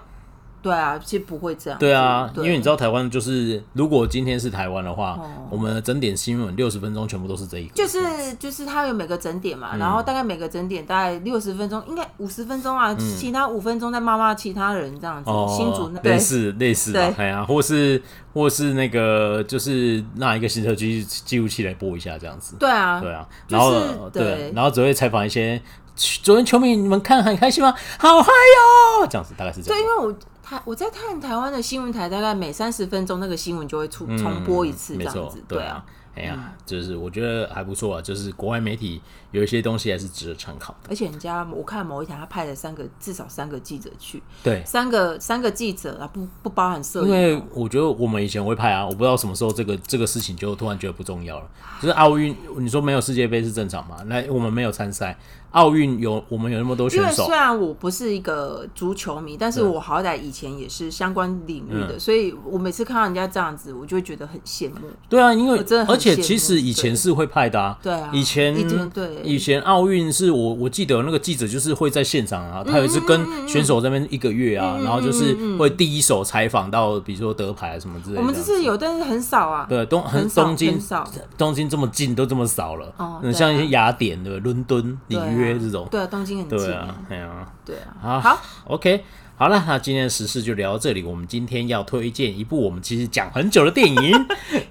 Speaker 1: 对啊，其实不会这样子，
Speaker 2: 对啊，因为你知
Speaker 1: 道，
Speaker 2: 道台湾就是，如果今天是台湾的话，
Speaker 1: 哦
Speaker 2: 我们的整点新闻六十分钟全部都是这一个，
Speaker 1: 就是就是他有每个整点
Speaker 2: 嗯
Speaker 1: 嘛，然后大概每个整点大概六十分钟，应该五十分钟啊，其他五分钟在骂骂其他人这样子，
Speaker 2: 嗯哦，
Speaker 1: 新竹那
Speaker 2: 类
Speaker 1: 对。
Speaker 2: 似类似吧，哎呀、或是或是那个就是拿一个行车记记录器来播一下这样子，
Speaker 1: 对啊，
Speaker 2: 对啊，
Speaker 1: 就
Speaker 2: 然后、
Speaker 1: 是对
Speaker 2: 对，然后只会采访一些昨天球迷你们看很开心吗？好嗨哟、这样子大概是这
Speaker 1: 对，
Speaker 2: 样
Speaker 1: 因。为我台我在看台湾的新闻台，大概每三十分钟那个新闻就会出重播一次这
Speaker 2: 嗯没
Speaker 1: 样
Speaker 2: 错
Speaker 1: 子，，
Speaker 2: 对
Speaker 1: 对啊，。
Speaker 2: 哎呀，就是我觉得还不错啊，就是国外媒体有一些东西还是值得参考的。
Speaker 1: 而且人家我看某一台他派了三个至少三个记者去，
Speaker 2: 对，
Speaker 1: 三个三个记者啊，不不包含摄
Speaker 2: 因
Speaker 1: 影
Speaker 2: 为
Speaker 1: 哦。
Speaker 2: 我觉得我们以前会派啊，我不知道什么时候这个这个事情就突然觉得不重要了。就是奥运，你说没有世界杯是正常嘛？那我们没有参赛，奥运有我们有那么多
Speaker 1: 因
Speaker 2: 选
Speaker 1: 为
Speaker 2: 手
Speaker 1: 虽，然我不是一个足球迷，但是我好歹以前也是相关领域
Speaker 2: 嗯
Speaker 1: 的，所以我每次看到人家这样子，我就会觉得很羡慕。
Speaker 2: 对啊，因为
Speaker 1: 我真的很
Speaker 2: 而且
Speaker 1: 羡慕
Speaker 2: 其实以前是会派的啊，
Speaker 1: 对啊
Speaker 2: 以前
Speaker 1: 以前对
Speaker 2: 以前奥运是我我记得那个记者就是会在现场
Speaker 1: 嗯
Speaker 2: 啊，他有一次跟选手这边一个月啊，然后就是会第一手采访到，比如说得牌啊什么之类的。
Speaker 1: 我们这次有，但是很少啊，
Speaker 2: 对东
Speaker 1: 很少
Speaker 2: 东京
Speaker 1: 很少。
Speaker 2: 东京这么近都这么少了，
Speaker 1: 哦
Speaker 2: 嗯
Speaker 1: 对啊
Speaker 2: 像一些雅典对不对伦敦、里
Speaker 1: 对啊
Speaker 2: 约这种，
Speaker 1: 对啊，东京很
Speaker 2: 对
Speaker 1: 近，
Speaker 2: 啊，哎呀，
Speaker 1: 对啊。
Speaker 2: 好
Speaker 1: 好
Speaker 2: ，OK，好了，那今天的时事就聊到这里。我们今天要推荐一部我们其实讲很久的电
Speaker 1: [LAUGHS]
Speaker 2: 影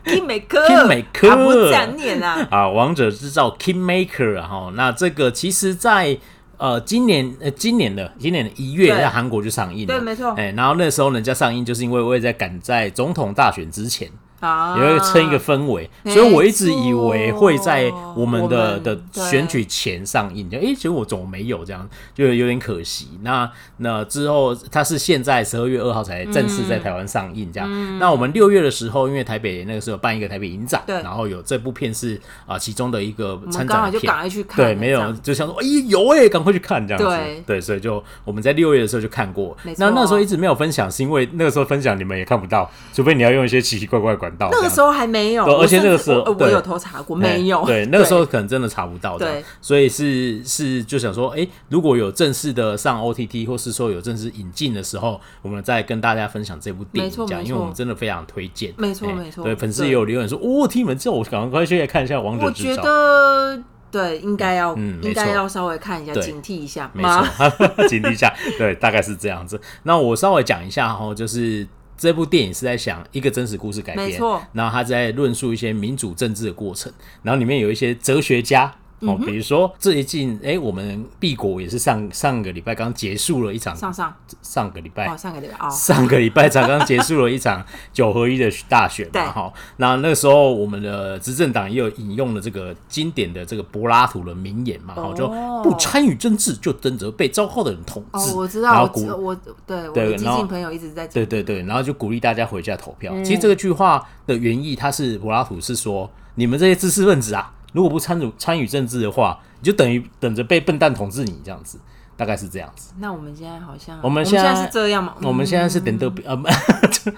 Speaker 1: 金美科，
Speaker 2: 金美科
Speaker 1: 啊不讲念
Speaker 2: [LAUGHS]
Speaker 1: 啊，
Speaker 2: 啊，《王者之兆》King Maker 哈、那这个其实在。呃，今年呃，今年的今年的一月
Speaker 1: 对
Speaker 2: 在韩国就上映了，
Speaker 1: 对没错
Speaker 2: 哎、然后那时候人家上映，就是因为我也在赶在总统大选之前，
Speaker 1: 啊，
Speaker 2: 也会撑一个氛围，
Speaker 1: 没
Speaker 2: 所以我一直以为会在
Speaker 1: 啊错
Speaker 2: 我们的
Speaker 1: 我们
Speaker 2: 的
Speaker 1: 对
Speaker 2: 选举前上映，就诶，结果怎么没有这样，就有点可惜。那那之后，它是现在十二月二号才正式在台湾上映，这样。那我们六月的时候，因为台北那个时候有办一个台北影展，
Speaker 1: 嗯对
Speaker 2: 然后有这部片是啊、其中的一个
Speaker 1: 我们
Speaker 2: 参
Speaker 1: 刚好
Speaker 2: 展
Speaker 1: 就
Speaker 2: 的片
Speaker 1: 赶。快去看了，
Speaker 2: 对，没
Speaker 1: 这
Speaker 2: 有
Speaker 1: 样，
Speaker 2: 就想说，哎、有哎、赶快去看这样子。
Speaker 1: 对
Speaker 2: 所以就我们在六月的时候就看过
Speaker 1: 没。错
Speaker 2: 那那时候一直没有分享，是因为那个时候分享你们也看不到，除非你要用一些奇奇怪怪的管管道这
Speaker 1: 那
Speaker 2: 样。
Speaker 1: 个时候还没有，
Speaker 2: 对
Speaker 1: 我
Speaker 2: 而且
Speaker 1: 甚
Speaker 2: 那个
Speaker 1: 至
Speaker 2: 时候
Speaker 1: 我我
Speaker 2: 对
Speaker 1: 有偷查过，
Speaker 2: 哎
Speaker 1: 没有。
Speaker 2: 对，那个时候可能真的查不到的，
Speaker 1: 对
Speaker 2: 所以是是就想说，哎、如果有正式的上 OTT，或是说有正式引进的时候，我们再跟大家分享这部电
Speaker 1: 没错
Speaker 2: 影，这样，
Speaker 1: 没
Speaker 2: 因为我
Speaker 1: 错
Speaker 2: 们真的非常推荐，
Speaker 1: 没错
Speaker 2: 哎
Speaker 1: 没错
Speaker 2: 对，粉丝
Speaker 1: 对
Speaker 2: 也有留言说，哦，听你们之后，我赶快去看一下《王者
Speaker 1: 我
Speaker 2: 之
Speaker 1: 觉
Speaker 2: 兆》。
Speaker 1: 得对，应该要、
Speaker 2: 嗯没
Speaker 1: 应该
Speaker 2: 错
Speaker 1: 要稍微看一下，
Speaker 2: 对
Speaker 1: 警惕一下
Speaker 2: 没
Speaker 1: 嘛。
Speaker 2: [LAUGHS] 错，警惕一下，对，大概是这样子。那我稍微讲一下哈，就是这部电影是在想一个真实故事改编，
Speaker 1: 没错
Speaker 2: 然后他在论述一些民主政治的过程，然后里面有一些哲学家。
Speaker 1: 嗯
Speaker 2: 哦，比如说最近，哎、我们毕国也是上上个礼拜刚结束了一
Speaker 1: [LAUGHS]
Speaker 2: 场，
Speaker 1: 上上
Speaker 2: 上个礼拜、
Speaker 1: 哦，上个礼拜哦，
Speaker 2: [LAUGHS] 上个礼拜才刚结束了一场九合一的大选
Speaker 1: 对
Speaker 2: 嘛，哈，那那个时候我们的执政党也有引用了这个经典的这个柏拉图的名言嘛，哈、
Speaker 1: 哦
Speaker 2: 就不参与政治就等着被糟糕的人统治。
Speaker 1: 哦，我知
Speaker 2: 然
Speaker 1: 道，
Speaker 2: 后
Speaker 1: 我
Speaker 2: 鼓
Speaker 1: 知我对我
Speaker 2: 对
Speaker 1: 的激
Speaker 2: 然后
Speaker 1: 进朋友一直在讲，
Speaker 2: 对对对，然后就鼓励大家回家投票。
Speaker 1: 嗯
Speaker 2: 其实这个句话的原意，它是柏拉图是说，你们这些知识分子啊，如果不参与参与政治的话，你就等于等着被笨蛋统治你这样子，大概是这样子。
Speaker 1: 那我们现在好像
Speaker 2: 我们
Speaker 1: 现
Speaker 2: 现在
Speaker 1: 是这样嘛？
Speaker 2: 我们现在是等着呃，不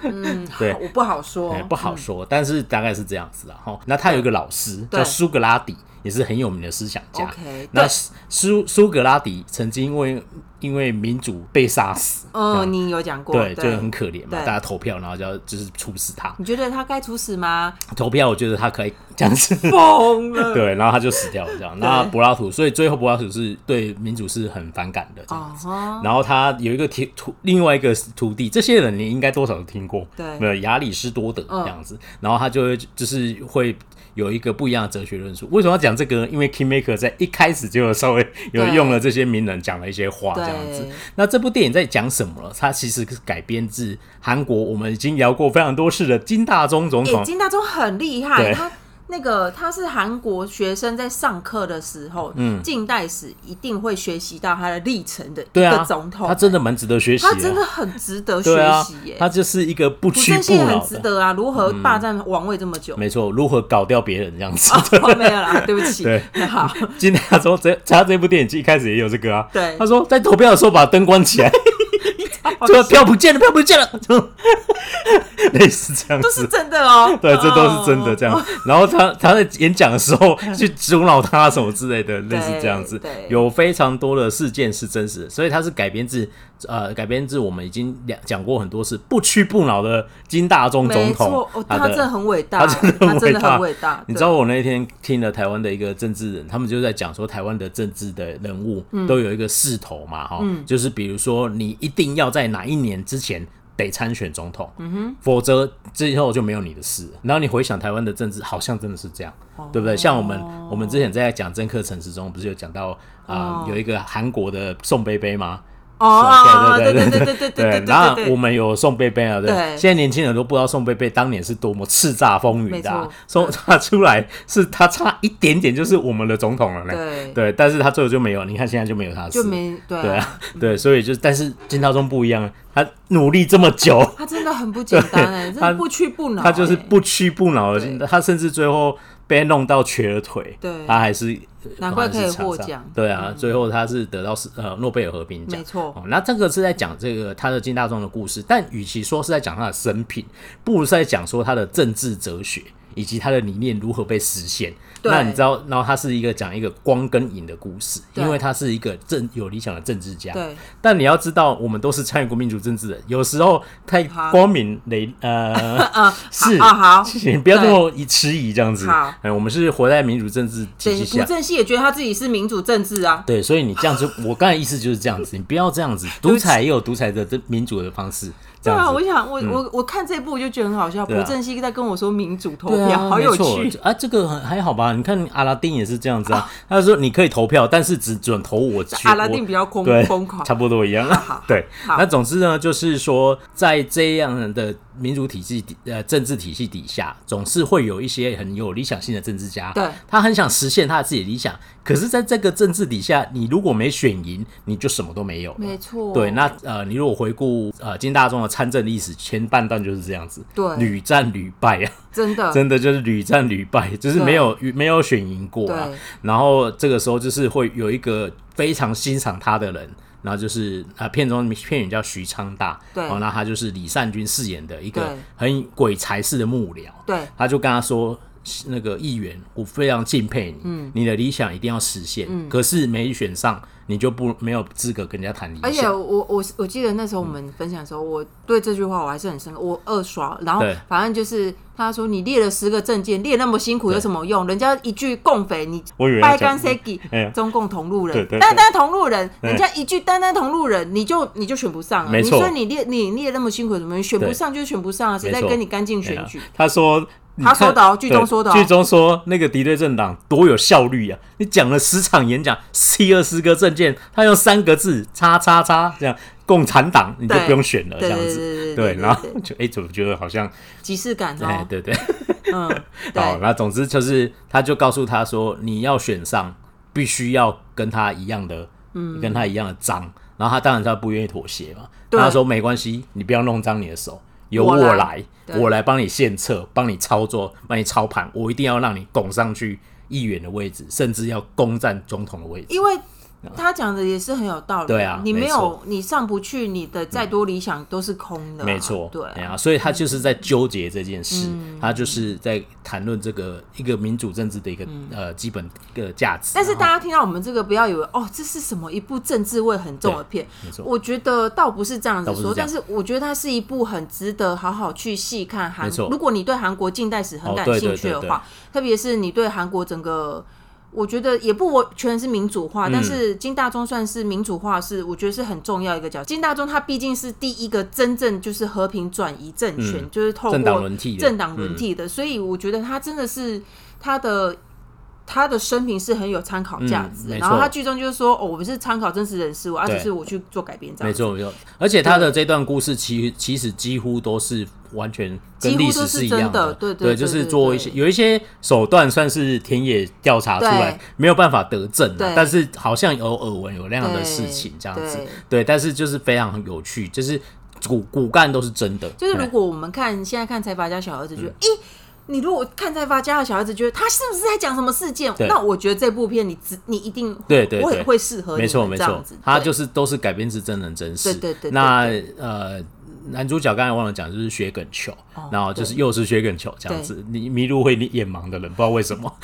Speaker 1: 嗯，
Speaker 2: 对
Speaker 1: 好我不好说
Speaker 2: 哎，，不好说，但是大概是这样子啊。哈，那他有一个老师
Speaker 1: 对
Speaker 2: 叫苏格拉底，也是很有名的思想家。
Speaker 1: OK，
Speaker 2: 那
Speaker 1: 对
Speaker 2: 苏苏苏格拉底曾经因为因为民主被杀死，这
Speaker 1: 嗯，
Speaker 2: 样
Speaker 1: 你有讲过，
Speaker 2: 对，就很可怜嘛，
Speaker 1: 对
Speaker 2: 大家投票，然后就要就是处死他。
Speaker 1: 你觉得他该处死
Speaker 2: [LAUGHS]
Speaker 1: 吗？
Speaker 2: 投票，我觉得他可以这样子。
Speaker 1: 疯了，
Speaker 2: 对，然后他就死掉了，
Speaker 1: [LAUGHS]
Speaker 2: 这样。那柏拉图，所以最后柏拉图是对民主是很反感的，这样。
Speaker 1: 哦哈，
Speaker 2: 然后他有一个徒徒，另外一个徒弟，这些人你应该多少都听过，
Speaker 1: 对
Speaker 2: 没有亚里士多德
Speaker 1: 嗯
Speaker 2: 这样子，然后他就会就是会有一个不一样的哲学论述。为什么要讲这个呢？因为 Kingmaker 在一开始就有稍微有
Speaker 1: 对
Speaker 2: 用了这些名人讲了一些话这样子
Speaker 1: 对。
Speaker 2: 那这部电影在讲什么了？它其实是改编自韩国我们已经聊过非常多次的金大中总
Speaker 1: 哎，
Speaker 2: 统，
Speaker 1: 金大中很厉害，
Speaker 2: 对
Speaker 1: 他。那个他是韩国学生在上课的时候，
Speaker 2: 嗯
Speaker 1: 近代史一定会学习到他的历程的一
Speaker 2: 对
Speaker 1: 个
Speaker 2: 啊，
Speaker 1: 总统，
Speaker 2: 他真的蛮值得学习
Speaker 1: 他真的
Speaker 2: 的。
Speaker 1: 很值得
Speaker 2: 对
Speaker 1: 学
Speaker 2: 啊
Speaker 1: 习耶，。
Speaker 2: 他就是一个不
Speaker 1: 朴
Speaker 2: 屈
Speaker 1: 正
Speaker 2: 不
Speaker 1: 熙也
Speaker 2: 挠
Speaker 1: 很值
Speaker 2: 的，
Speaker 1: 得啊，如何霸占王位这么久？
Speaker 2: 没错，如何搞掉别人这样子。
Speaker 1: [LAUGHS] 哦，没有
Speaker 2: [LAUGHS]
Speaker 1: 啦，对不起。
Speaker 2: 对
Speaker 1: 那好，
Speaker 2: 金大中这他这部电影一开始也有这个啊，
Speaker 1: 对
Speaker 2: 他说在投票的时候把灯关
Speaker 1: [LAUGHS]
Speaker 2: 起来， [LAUGHS]
Speaker 1: 哦
Speaker 2: 就票不见了，票不见了， [LAUGHS] 就类似这样
Speaker 1: 都是
Speaker 2: 子。
Speaker 1: 真的哦。
Speaker 2: 对，这都是真的这
Speaker 1: 哦。
Speaker 2: 样。然后他他在演讲的时候去阻挠他什么之类的，类似这样子
Speaker 1: 对对，
Speaker 2: 有非常多的事件是真实的，所以它是改编自呃改编自我们已经讲讲过很多次不屈不挠的金大中总
Speaker 1: 没
Speaker 2: 统
Speaker 1: 错，哦，
Speaker 2: 他
Speaker 1: 他真的
Speaker 2: 的
Speaker 1: 很伟大，
Speaker 2: 他真的
Speaker 1: 他
Speaker 2: 很
Speaker 1: 真
Speaker 2: 伟
Speaker 1: 的
Speaker 2: 大，
Speaker 1: 很伟大。
Speaker 2: 你
Speaker 1: 对
Speaker 2: 知道我那天听了台湾的一个政治人，他们就在讲说台湾的政治的人物
Speaker 1: 嗯
Speaker 2: 都有一个势头嘛，哈、就是比如说你一定要在哪一年之前。得参选总统，
Speaker 1: 嗯
Speaker 2: 否则之后就没有你的事。然后你回想台湾的政治，好像真的是这样，
Speaker 1: 哦
Speaker 2: 对不对？像我们我们之前在讲政客陈时中，不是有讲到啊、
Speaker 1: 哦
Speaker 2: 有一个韩国的宋贝贝吗？
Speaker 1: 哦，
Speaker 2: 对
Speaker 1: 对对
Speaker 2: 对对
Speaker 1: 对对对对
Speaker 2: 那
Speaker 1: 对
Speaker 2: 我们有宋贝贝啊，对，
Speaker 1: 对
Speaker 2: 现在年轻人都不知道宋贝贝当年是多么叱咤风云的、啊
Speaker 1: 没错，嗯
Speaker 2: 宋他出来是他差一点点就是我们的总统了呢。
Speaker 1: 对
Speaker 2: 对，但是他最后就没有，你看现在就没有他的事
Speaker 1: 就没对
Speaker 2: 对
Speaker 1: 啊，
Speaker 2: 啊，对，所以就但是金大中不一样啊，他努力这么久，
Speaker 1: 他真的很不简单哎，真
Speaker 2: 他
Speaker 1: 的不屈不挠哎。
Speaker 2: 他就是不屈不挠的进
Speaker 1: 对
Speaker 2: 他甚至最后被弄到瘸了腿，
Speaker 1: 对
Speaker 2: 他还是
Speaker 1: 难怪可以
Speaker 2: 还是场上
Speaker 1: 获奖嗯
Speaker 2: 对啊，最后他是得到是呃诺贝尔和平奖，
Speaker 1: 没错
Speaker 2: 哦那这个是在讲这个他的金大中的故事，但与其说是在讲他的生平，不如是在讲说他的政治哲学。以及他的理念如何被实现？
Speaker 1: 对
Speaker 2: 那你知道，然后他是一个讲一个光跟影的故事，
Speaker 1: 对
Speaker 2: 因为他是一个政有理想的政治家。
Speaker 1: 对，
Speaker 2: 但你要知道，我们都是参与过民主政治的，有时候太
Speaker 1: 好
Speaker 2: 光明磊呃
Speaker 1: [LAUGHS]
Speaker 2: 是
Speaker 1: 啊好
Speaker 2: 你不要这么以迟疑这样子。
Speaker 1: 好
Speaker 2: 嗯，我们是活在民主政治体
Speaker 1: 对
Speaker 2: 系
Speaker 1: 朴
Speaker 2: 下。
Speaker 1: 正熙也觉得他自己是民主政治啊。
Speaker 2: 对，所以你这样子，我刚才意思就是这样子，你不要这样子。独裁也有独裁的这民主的方式，这
Speaker 1: 对啊，
Speaker 2: 样
Speaker 1: 我
Speaker 2: 子。
Speaker 1: 想我我我看这部我就觉得很好笑，朴
Speaker 2: 对啊
Speaker 1: 正熙在跟我说民主投
Speaker 2: 对
Speaker 1: 票，
Speaker 2: 啊，
Speaker 1: 好有
Speaker 2: 没错
Speaker 1: 趣。
Speaker 2: 啊！这个很还好吧？你看阿拉丁也是这样子啊，他说你可以投票，但是只准投我去。
Speaker 1: 阿拉
Speaker 2: 我
Speaker 1: 丁比较疯
Speaker 2: 对，
Speaker 1: 疯狂，
Speaker 2: 差不多一样
Speaker 1: 好。
Speaker 2: 对，
Speaker 1: 好
Speaker 2: 那总之呢，就是说，在这样的民主体系底、呃政治体系底下，总是会有一些很有理想性的政治家，
Speaker 1: 对
Speaker 2: 他很想实现他自己的理想，可是在这个政治底下，你如果没选赢，你就什么都没有了。
Speaker 1: 没错。
Speaker 2: 对，那呃，你如果回顾呃金大中的参政历史，前半段就是这样子，
Speaker 1: 对
Speaker 2: 屡战屡败啊，
Speaker 1: 真的
Speaker 2: 真的就是屡战屡败， [LAUGHS] 就是
Speaker 1: 对
Speaker 2: 没有没有选赢过啊
Speaker 1: 对。
Speaker 2: 然后这个时候就是会有一个非常欣赏他的人，然后就是啊，片中片名叫徐昌大，
Speaker 1: 对
Speaker 2: 哦，那他就是李善均饰演的一个
Speaker 1: 对
Speaker 2: 很鬼才式的幕僚，
Speaker 1: 对
Speaker 2: 他就跟他说。那个议员，我非常敬佩你，
Speaker 1: 嗯
Speaker 2: 你的理想一定要实现。可是没选上，你就不没有资格跟人家谈理
Speaker 1: 而且
Speaker 2: 想。
Speaker 1: 我我我记得那时候我们分享的时候，我对这句话我还是很深刻。我二刷，然后
Speaker 2: 对
Speaker 1: 反正就是他说你列了十个证件，列那么辛苦有什么用？人家一句共匪，你
Speaker 2: 我以为要
Speaker 1: 拜
Speaker 2: 讲
Speaker 1: 干 segi
Speaker 2: 哎呀
Speaker 1: 中共同路
Speaker 2: 对
Speaker 1: 人
Speaker 2: 对，对
Speaker 1: 单单同路人，
Speaker 2: 对
Speaker 1: 人家一句单单同路人，你就你就选不上啊！
Speaker 2: 没
Speaker 1: 你
Speaker 2: 错
Speaker 1: 说你列你列那么辛苦有什么用？选不
Speaker 2: 对
Speaker 1: 上就选不上啊！谁
Speaker 2: 没
Speaker 1: 在
Speaker 2: 错
Speaker 1: 跟你干净
Speaker 2: 对
Speaker 1: 选
Speaker 2: 啊
Speaker 1: 举？
Speaker 2: 他说，你
Speaker 1: 他说
Speaker 2: 看
Speaker 1: 的哦剧中
Speaker 2: 对
Speaker 1: 说的哦
Speaker 2: 剧中说那个敌对政党多有效率啊！你讲了十场演讲，七二十个证件，他用三个字“叉叉叉”这样，共产党你就
Speaker 1: 对
Speaker 2: 不用选了，
Speaker 1: 对
Speaker 2: 这样
Speaker 1: 对
Speaker 2: 子。
Speaker 1: 对
Speaker 2: 对，
Speaker 1: 对
Speaker 2: 然后就哎，怎么觉得好像
Speaker 1: 即视感
Speaker 2: 哎
Speaker 1: 哦，，
Speaker 2: 对对，
Speaker 1: 嗯，
Speaker 2: 好，
Speaker 1: 对
Speaker 2: 那总之就是，他就告诉他说，你要选上，必须要跟他一样的，嗯，跟他一样的脏。然后他当然他不愿意妥协嘛，
Speaker 1: 对
Speaker 2: 他说没关系，你不要弄脏你的手，由我
Speaker 1: 我
Speaker 2: 来
Speaker 1: 来，对
Speaker 2: 我来帮你献策，帮你操作，帮你操盘，我一定要让你拱上去议员的位置，甚至要攻占总统的位置。
Speaker 1: 因为他讲的也是很有道理。
Speaker 2: 对啊
Speaker 1: 你没
Speaker 2: 没
Speaker 1: 有
Speaker 2: 错
Speaker 1: 你上不去，你的再多理想都是空的啊。
Speaker 2: 没错，
Speaker 1: 对嗯
Speaker 2: 哎
Speaker 1: 啊，
Speaker 2: 呀，所以他就是在纠结这件事，他就是在谈论这个一个民主政治的一个、呃基本的价值。
Speaker 1: 嗯但是
Speaker 2: 然后
Speaker 1: 大家听到我们这个，不要以为哦，这是什么一部政治味很重的片
Speaker 2: 没。错
Speaker 1: 我觉得倒不是这样
Speaker 2: 倒
Speaker 1: 子
Speaker 2: 不是
Speaker 1: 说，
Speaker 2: 这
Speaker 1: 但
Speaker 2: 样
Speaker 1: 是我觉得它是一部很值得好好去细看韩
Speaker 2: 没错。
Speaker 1: 如果你对韩国近代史很
Speaker 2: 哦
Speaker 1: 感
Speaker 2: 对
Speaker 1: 兴
Speaker 2: 对
Speaker 1: 趣
Speaker 2: 对
Speaker 1: 的
Speaker 2: 对
Speaker 1: 话，特别是你对韩国整个。我觉得也不完全是民主
Speaker 2: 嗯
Speaker 1: 化，但是金大中算是民主化是，我觉得是很重要一个角色。金大中他毕竟是第一个真正就是和平转移政权，
Speaker 2: 嗯
Speaker 1: 就是透
Speaker 2: 政党
Speaker 1: 过
Speaker 2: 轮替的嗯
Speaker 1: 政党轮替的，所以我觉得他真的是他的他的生平是很有参考价值的。
Speaker 2: 嗯没错
Speaker 1: 然后他剧中就是说，哦，我们是参考真实人事物，而、啊、
Speaker 2: 对
Speaker 1: 只是我去做改编这
Speaker 2: 没
Speaker 1: 样子。
Speaker 2: 错没错，而且他的这段故事其其实几乎都是完全跟历史一样
Speaker 1: 几乎都是真的
Speaker 2: 对
Speaker 1: 对对对
Speaker 2: 就是
Speaker 1: 对对
Speaker 2: 做一些
Speaker 1: 对
Speaker 2: 有一些手段算是田野调查出来
Speaker 1: 对，
Speaker 2: 没有办法得证啊
Speaker 1: 对，
Speaker 2: 但是好像有耳闻有那样的事
Speaker 1: 对
Speaker 2: 情这样子
Speaker 1: 对，
Speaker 2: 对，但是就是非常有趣，就是骨骨干都是真的，
Speaker 1: 就是
Speaker 2: 对
Speaker 1: 如果我们看现在看财阀家小儿子，觉
Speaker 2: 嗯
Speaker 1: 得诶。你如果看财阀家的小儿子，觉得他是不是在讲什么事件
Speaker 2: 对？
Speaker 1: 那我觉得这部片你只你一定
Speaker 2: 对对
Speaker 1: 会
Speaker 2: 对
Speaker 1: 会适合你
Speaker 2: 没错
Speaker 1: 们
Speaker 2: 没
Speaker 1: 这样
Speaker 2: 错
Speaker 1: 子，，
Speaker 2: 他
Speaker 1: 对
Speaker 2: 就是都是改编自真人真事。
Speaker 1: 对对对对
Speaker 2: 那呃，男主角刚才忘了讲，就是薛梗球，
Speaker 1: 哦
Speaker 2: 然后就是又是薛梗球这样子，你迷路会眼盲的人，不知道为什么。 [LAUGHS]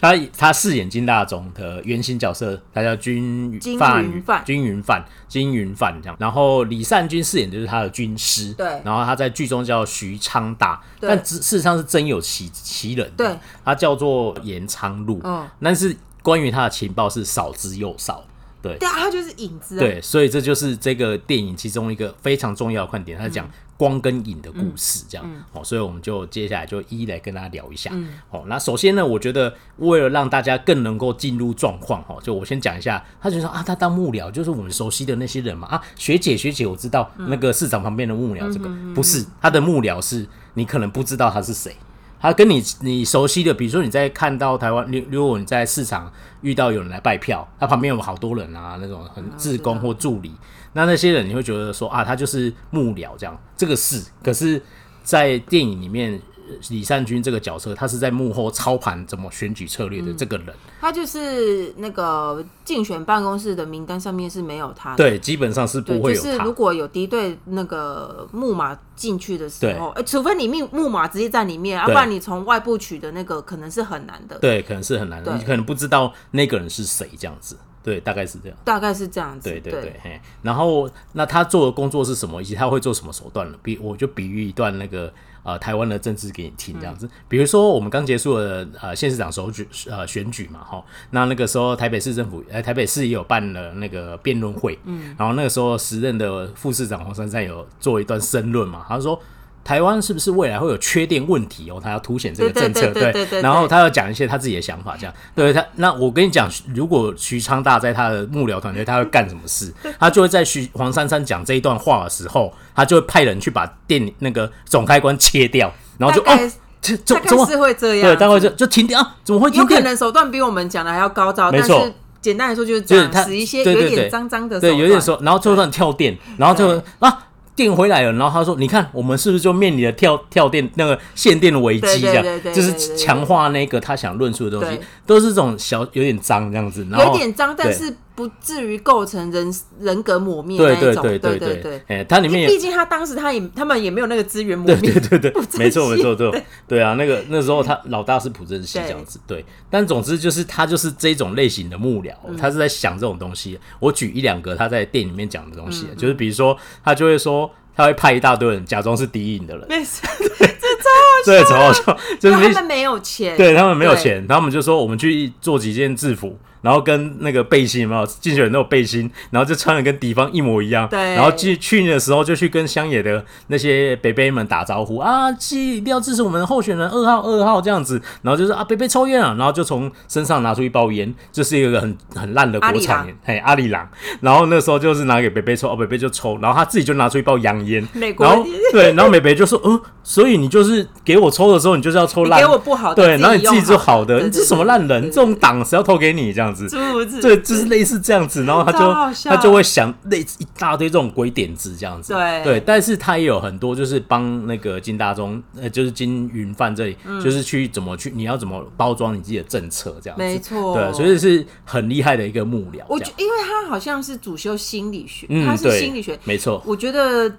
Speaker 2: 他他饰演金大中的原型角色，他叫军
Speaker 1: 金
Speaker 2: 范
Speaker 1: 云范
Speaker 2: 金云范金云范这样。然后李善均饰演的就是他的军师，
Speaker 1: 对
Speaker 2: 然后他在剧中叫徐昌大，
Speaker 1: 对
Speaker 2: 但事事实上是真有其其人的，
Speaker 1: 对
Speaker 2: 他叫做严昌禄，
Speaker 1: 嗯
Speaker 2: 但是关于他的情报是少之又少，对
Speaker 1: 对啊，他就是影子啊，
Speaker 2: 对，所以这就是这个电影其中一个非常重要的看点，他
Speaker 1: 嗯
Speaker 2: 讲光跟影的故事，这样、哦，所以我们就接下来就一一来跟大家聊一下、
Speaker 1: 嗯
Speaker 2: 哦。那首先呢，我觉得为了让大家更能够进入状况哦，就我先讲一下，他就说啊，他当幕僚就是我们熟悉的那些人嘛啊，学姐学姐，我知道
Speaker 1: 嗯
Speaker 2: 那个市长旁边的幕僚，这个、不是他的幕僚是你可能不知道他是谁。他跟你你熟悉的，比如说你在看到台湾，如如果你在市场遇到有人来拜票，他旁边有好多人啊，那种很志
Speaker 1: 嗯
Speaker 2: 工或助理，那那些人你会觉得说啊，他就是幕僚这样，这个是。可是，在电影里面，呃李善均这个角色，他是在幕后操盘怎么选举策略的
Speaker 1: 嗯
Speaker 2: 这个人，
Speaker 1: 他就是那个竞选办公室的名单上面是没有他的。
Speaker 2: 对，基本上是不
Speaker 1: 对，
Speaker 2: 会
Speaker 1: 就
Speaker 2: 有
Speaker 1: 是
Speaker 2: 他。
Speaker 1: 如果有敌对那个木马进去的时候，呃，除非你木木马直接在里面，要、
Speaker 2: 对
Speaker 1: 不然你从外部取的那个可能是很难的。
Speaker 2: 对，可能是很难的，
Speaker 1: 对
Speaker 2: 你可能不知道那个人是谁这样子。对，大概是这样。
Speaker 1: 大概是这样子。
Speaker 2: 对对对，嘿，然后那他做的工作是什么，以及他会做什么手段呢？比我就比喻一段那个呃台湾的政治给你听，这样
Speaker 1: 嗯
Speaker 2: 子。比如说我们刚结束了呃县市长首举呃选举嘛，哈，那那个时候台北市政府呃台北市也有办了那个辩论会，嗯，然后那个时候时任的副市长黄珊珊有做一段申论嘛，他说。台湾是不是未来会有缺电问题哦？他要凸显这个
Speaker 1: 对
Speaker 2: 政
Speaker 1: 对
Speaker 2: 策，
Speaker 1: 对对对对
Speaker 2: 然后
Speaker 1: 对
Speaker 2: 他要讲一些他自己的想法，这样。对他，那我跟你讲，如果徐昌大在他的幕僚团队，他会干什么
Speaker 1: [LAUGHS]
Speaker 2: 事？他就会在徐黄珊珊讲这一段话的时候，他就会派人去把电那个总开关切掉，然后就
Speaker 1: 大概
Speaker 2: 哦，这怎
Speaker 1: 大
Speaker 2: 怎么
Speaker 1: 概是会这样。
Speaker 2: 对，待会就就停电啊？怎么会
Speaker 1: 有
Speaker 2: 停
Speaker 1: 可
Speaker 2: 电？
Speaker 1: 能手段比我们讲的还要高招，
Speaker 2: 没
Speaker 1: 但
Speaker 2: 错
Speaker 1: 是简单来说就是这
Speaker 2: 就是
Speaker 1: 样，
Speaker 2: 他
Speaker 1: 使一些
Speaker 2: 对
Speaker 1: 有
Speaker 2: 对对
Speaker 1: 点脏脏的手
Speaker 2: 对，
Speaker 1: 段。
Speaker 2: 有点说，然后就算跳电，然后就
Speaker 1: 对
Speaker 2: 啊。电回来了，然后他说：“你看，我们是不是就面临了跳跳电那个限电的危机？
Speaker 1: 对对
Speaker 2: 这样
Speaker 1: 对对对
Speaker 2: 就是
Speaker 1: 对对对
Speaker 2: 强化那个他想论述的东西
Speaker 1: 对，
Speaker 2: 都是这种小有点脏这样子，然后
Speaker 1: 有点脏，但
Speaker 2: 对
Speaker 1: 是不至于构成人人格抹灭那
Speaker 2: 对
Speaker 1: 一
Speaker 2: 对
Speaker 1: 种，
Speaker 2: 对
Speaker 1: 对
Speaker 2: 对，哎、它里面也
Speaker 1: 毕竟他当时他也他们也没有那个资源抹
Speaker 2: 对
Speaker 1: 灭，
Speaker 2: [LAUGHS] 对对对，
Speaker 1: 珍
Speaker 2: 没错没
Speaker 1: 惜
Speaker 2: 错，对对啊，那个那时候他老大是朴正熙这样子，对。但总之就是他就是这种类型的幕僚，他是在想这种东西。我举一两个他在店里面讲的东西，就是比如说他就会说他会派一大堆人假装是敌营的人，
Speaker 1: 没事，
Speaker 2: 对，超 [LAUGHS] 好笑，就
Speaker 1: 因为
Speaker 2: 是
Speaker 1: 他们没有钱，
Speaker 2: 对他们没有
Speaker 1: 对
Speaker 2: 钱，他们就说我们去做几件制服，然后跟那个背心有没有竞选人都有背心，然后就穿的跟敌方一模一样。
Speaker 1: 对
Speaker 2: 然后去去的时候就去跟乡野的那些北北们打招呼啊，记一定要支持我们的候选人二号二号这样子，然后就说啊北北抽烟啊，然后就从身上拿出一包烟，就是一个很很烂的国产烟，嘿阿里郎，然后那时候就是拿给北北抽，哦北北就抽，然后他自己就拿出一包洋烟，
Speaker 1: 美国
Speaker 2: 然后
Speaker 1: 人
Speaker 2: 对，然后北北就说嗯，所以你就是给我抽的时候，你就是要抽
Speaker 1: 你
Speaker 2: 烂，
Speaker 1: 给我不好的，
Speaker 2: 对，然后你自己
Speaker 1: 就
Speaker 2: 就好的，你这什么烂人，这种党谁要投给你这样子？
Speaker 1: 珠子，
Speaker 2: 对，就是类似这样子，然后他
Speaker 1: 超好
Speaker 2: 就
Speaker 1: 笑
Speaker 2: 他就会想类似一大堆这种鬼点子这样子，
Speaker 1: 对
Speaker 2: 但是他也有很多就是帮那个金大中，呃，就是金云范这里，
Speaker 1: 嗯
Speaker 2: 就是去怎么去，你要怎么包装你自己的政策这样子，
Speaker 1: 没错
Speaker 2: 对，所以是很厉害的一个幕僚，
Speaker 1: 我
Speaker 2: 这
Speaker 1: 觉
Speaker 2: 样，
Speaker 1: 因为他好像是主修心理学，他
Speaker 2: 嗯，
Speaker 1: 是
Speaker 2: 对，
Speaker 1: 心理学，
Speaker 2: 没错，
Speaker 1: 我觉得。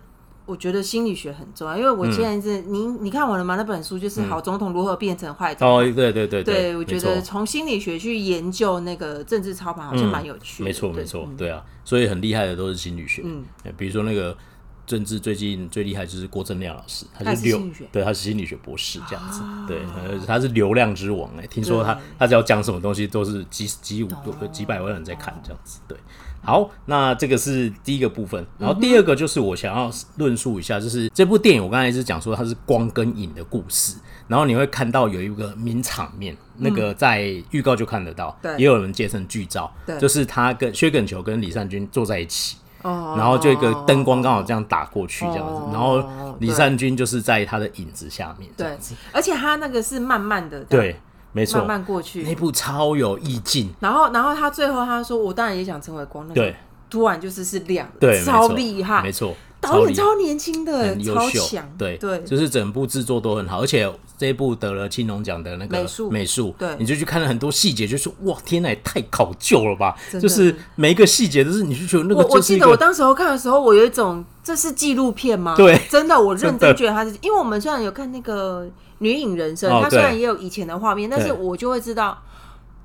Speaker 1: 我觉得心理学很重要，因为
Speaker 2: 嗯
Speaker 1: 我现在是、你你看完了吗？那本书就是《好总统如何变成坏总统》
Speaker 2: 哦，对对嗯对
Speaker 1: 对，我
Speaker 2: 没
Speaker 1: 觉
Speaker 2: 错
Speaker 1: 得从心理学去研究那个政治操盘好像蛮有趣的、
Speaker 2: 没错，
Speaker 1: 对嗯
Speaker 2: 没错，对啊，所以很厉害的都是心理学，呃比如说那个政治最近最厉害就是郭正亮老师，
Speaker 1: 他
Speaker 2: 他
Speaker 1: 也是
Speaker 2: 是流
Speaker 1: 心理学啊
Speaker 2: 对，他是心理学博士这样子，对，呃他是流量之王哎、听说他
Speaker 1: 对
Speaker 2: 他只要讲什么东西都是几几五多几百万人在看这样子，对。好，那这个是第一个部分，然后第二个就是我想要论述一下，就是这部电影我刚才是讲说它是光跟影的故事，然后你会看到有一个名场面，那个在预告就看得到，
Speaker 1: 嗯对
Speaker 2: 也有人截成剧照，
Speaker 1: 对
Speaker 2: 就是他跟薛耿球跟李善均坐在一起，
Speaker 1: 哦
Speaker 2: 然后就一个灯光刚好这样打过去这样子
Speaker 1: 哦，
Speaker 2: 然后李善均就是在他的影子下面，
Speaker 1: 对，而且他那个是慢慢的，这样，
Speaker 2: 对，没错
Speaker 1: 慢，慢过去。
Speaker 2: 那部超有意境，
Speaker 1: 然后，然后他最后他说：“我当然也想成为光。”那个
Speaker 2: 对
Speaker 1: 突然就是是亮的，
Speaker 2: 对，没
Speaker 1: 嗯超
Speaker 2: 错
Speaker 1: 厉害
Speaker 2: 没，错，
Speaker 1: 导演
Speaker 2: 厉害
Speaker 1: 超年轻的，
Speaker 2: 很优
Speaker 1: 超
Speaker 2: 秀
Speaker 1: 强，，
Speaker 2: 对
Speaker 1: 对，
Speaker 2: 就是整部制作都很好，而且这一部得了青龙奖的那个
Speaker 1: 美术
Speaker 2: 美术，
Speaker 1: 对
Speaker 2: 你就去看了很多细节，就说哇，天哪，也太考究了吧！
Speaker 1: 真的
Speaker 2: 就是每一个细节都是，你就觉得那个
Speaker 1: 我我
Speaker 2: 就是
Speaker 1: 记
Speaker 2: 一
Speaker 1: 得我
Speaker 2: 个
Speaker 1: 当时候看的时候，我有一种这是纪录片吗？
Speaker 2: 对
Speaker 1: 真的，我认
Speaker 2: 真的
Speaker 1: 真觉得它是，因为我们虽然有看那个《女影人生》
Speaker 2: 哦
Speaker 1: 它虽然
Speaker 2: 对
Speaker 1: 也有以前的画面，但是
Speaker 2: 对
Speaker 1: 我就会知道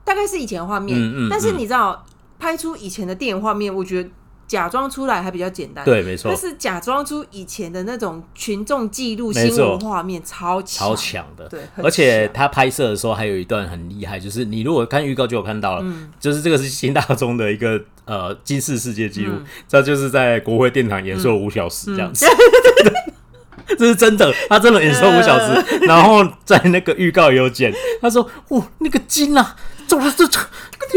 Speaker 1: 大概是以前的画面。
Speaker 2: 嗯嗯
Speaker 1: 但是
Speaker 2: 嗯
Speaker 1: 你知道，拍出以前的电影画面，我觉得假装出来还比较简单。。
Speaker 2: 对，没错
Speaker 1: 但，是假装出以前的那种群众记录
Speaker 2: 没
Speaker 1: 新
Speaker 2: 错
Speaker 1: 闻画面，超强，
Speaker 2: 超强的，
Speaker 1: 对很
Speaker 2: 而且
Speaker 1: 强
Speaker 2: 他拍摄的时候还有一段很厉害，就是你如果看预告就有看到了，
Speaker 1: 嗯
Speaker 2: 就是这个是新大 [LAUGHS] 中的一个呃金氏世界纪录，
Speaker 1: 嗯
Speaker 2: 他就是在国会殿堂演说五小时这样子。 [LAUGHS] 这是真的，他真的演说五小时，
Speaker 1: 呃
Speaker 2: 然后在那个预告也有剪。他说：“哦，那个金啊，走了这这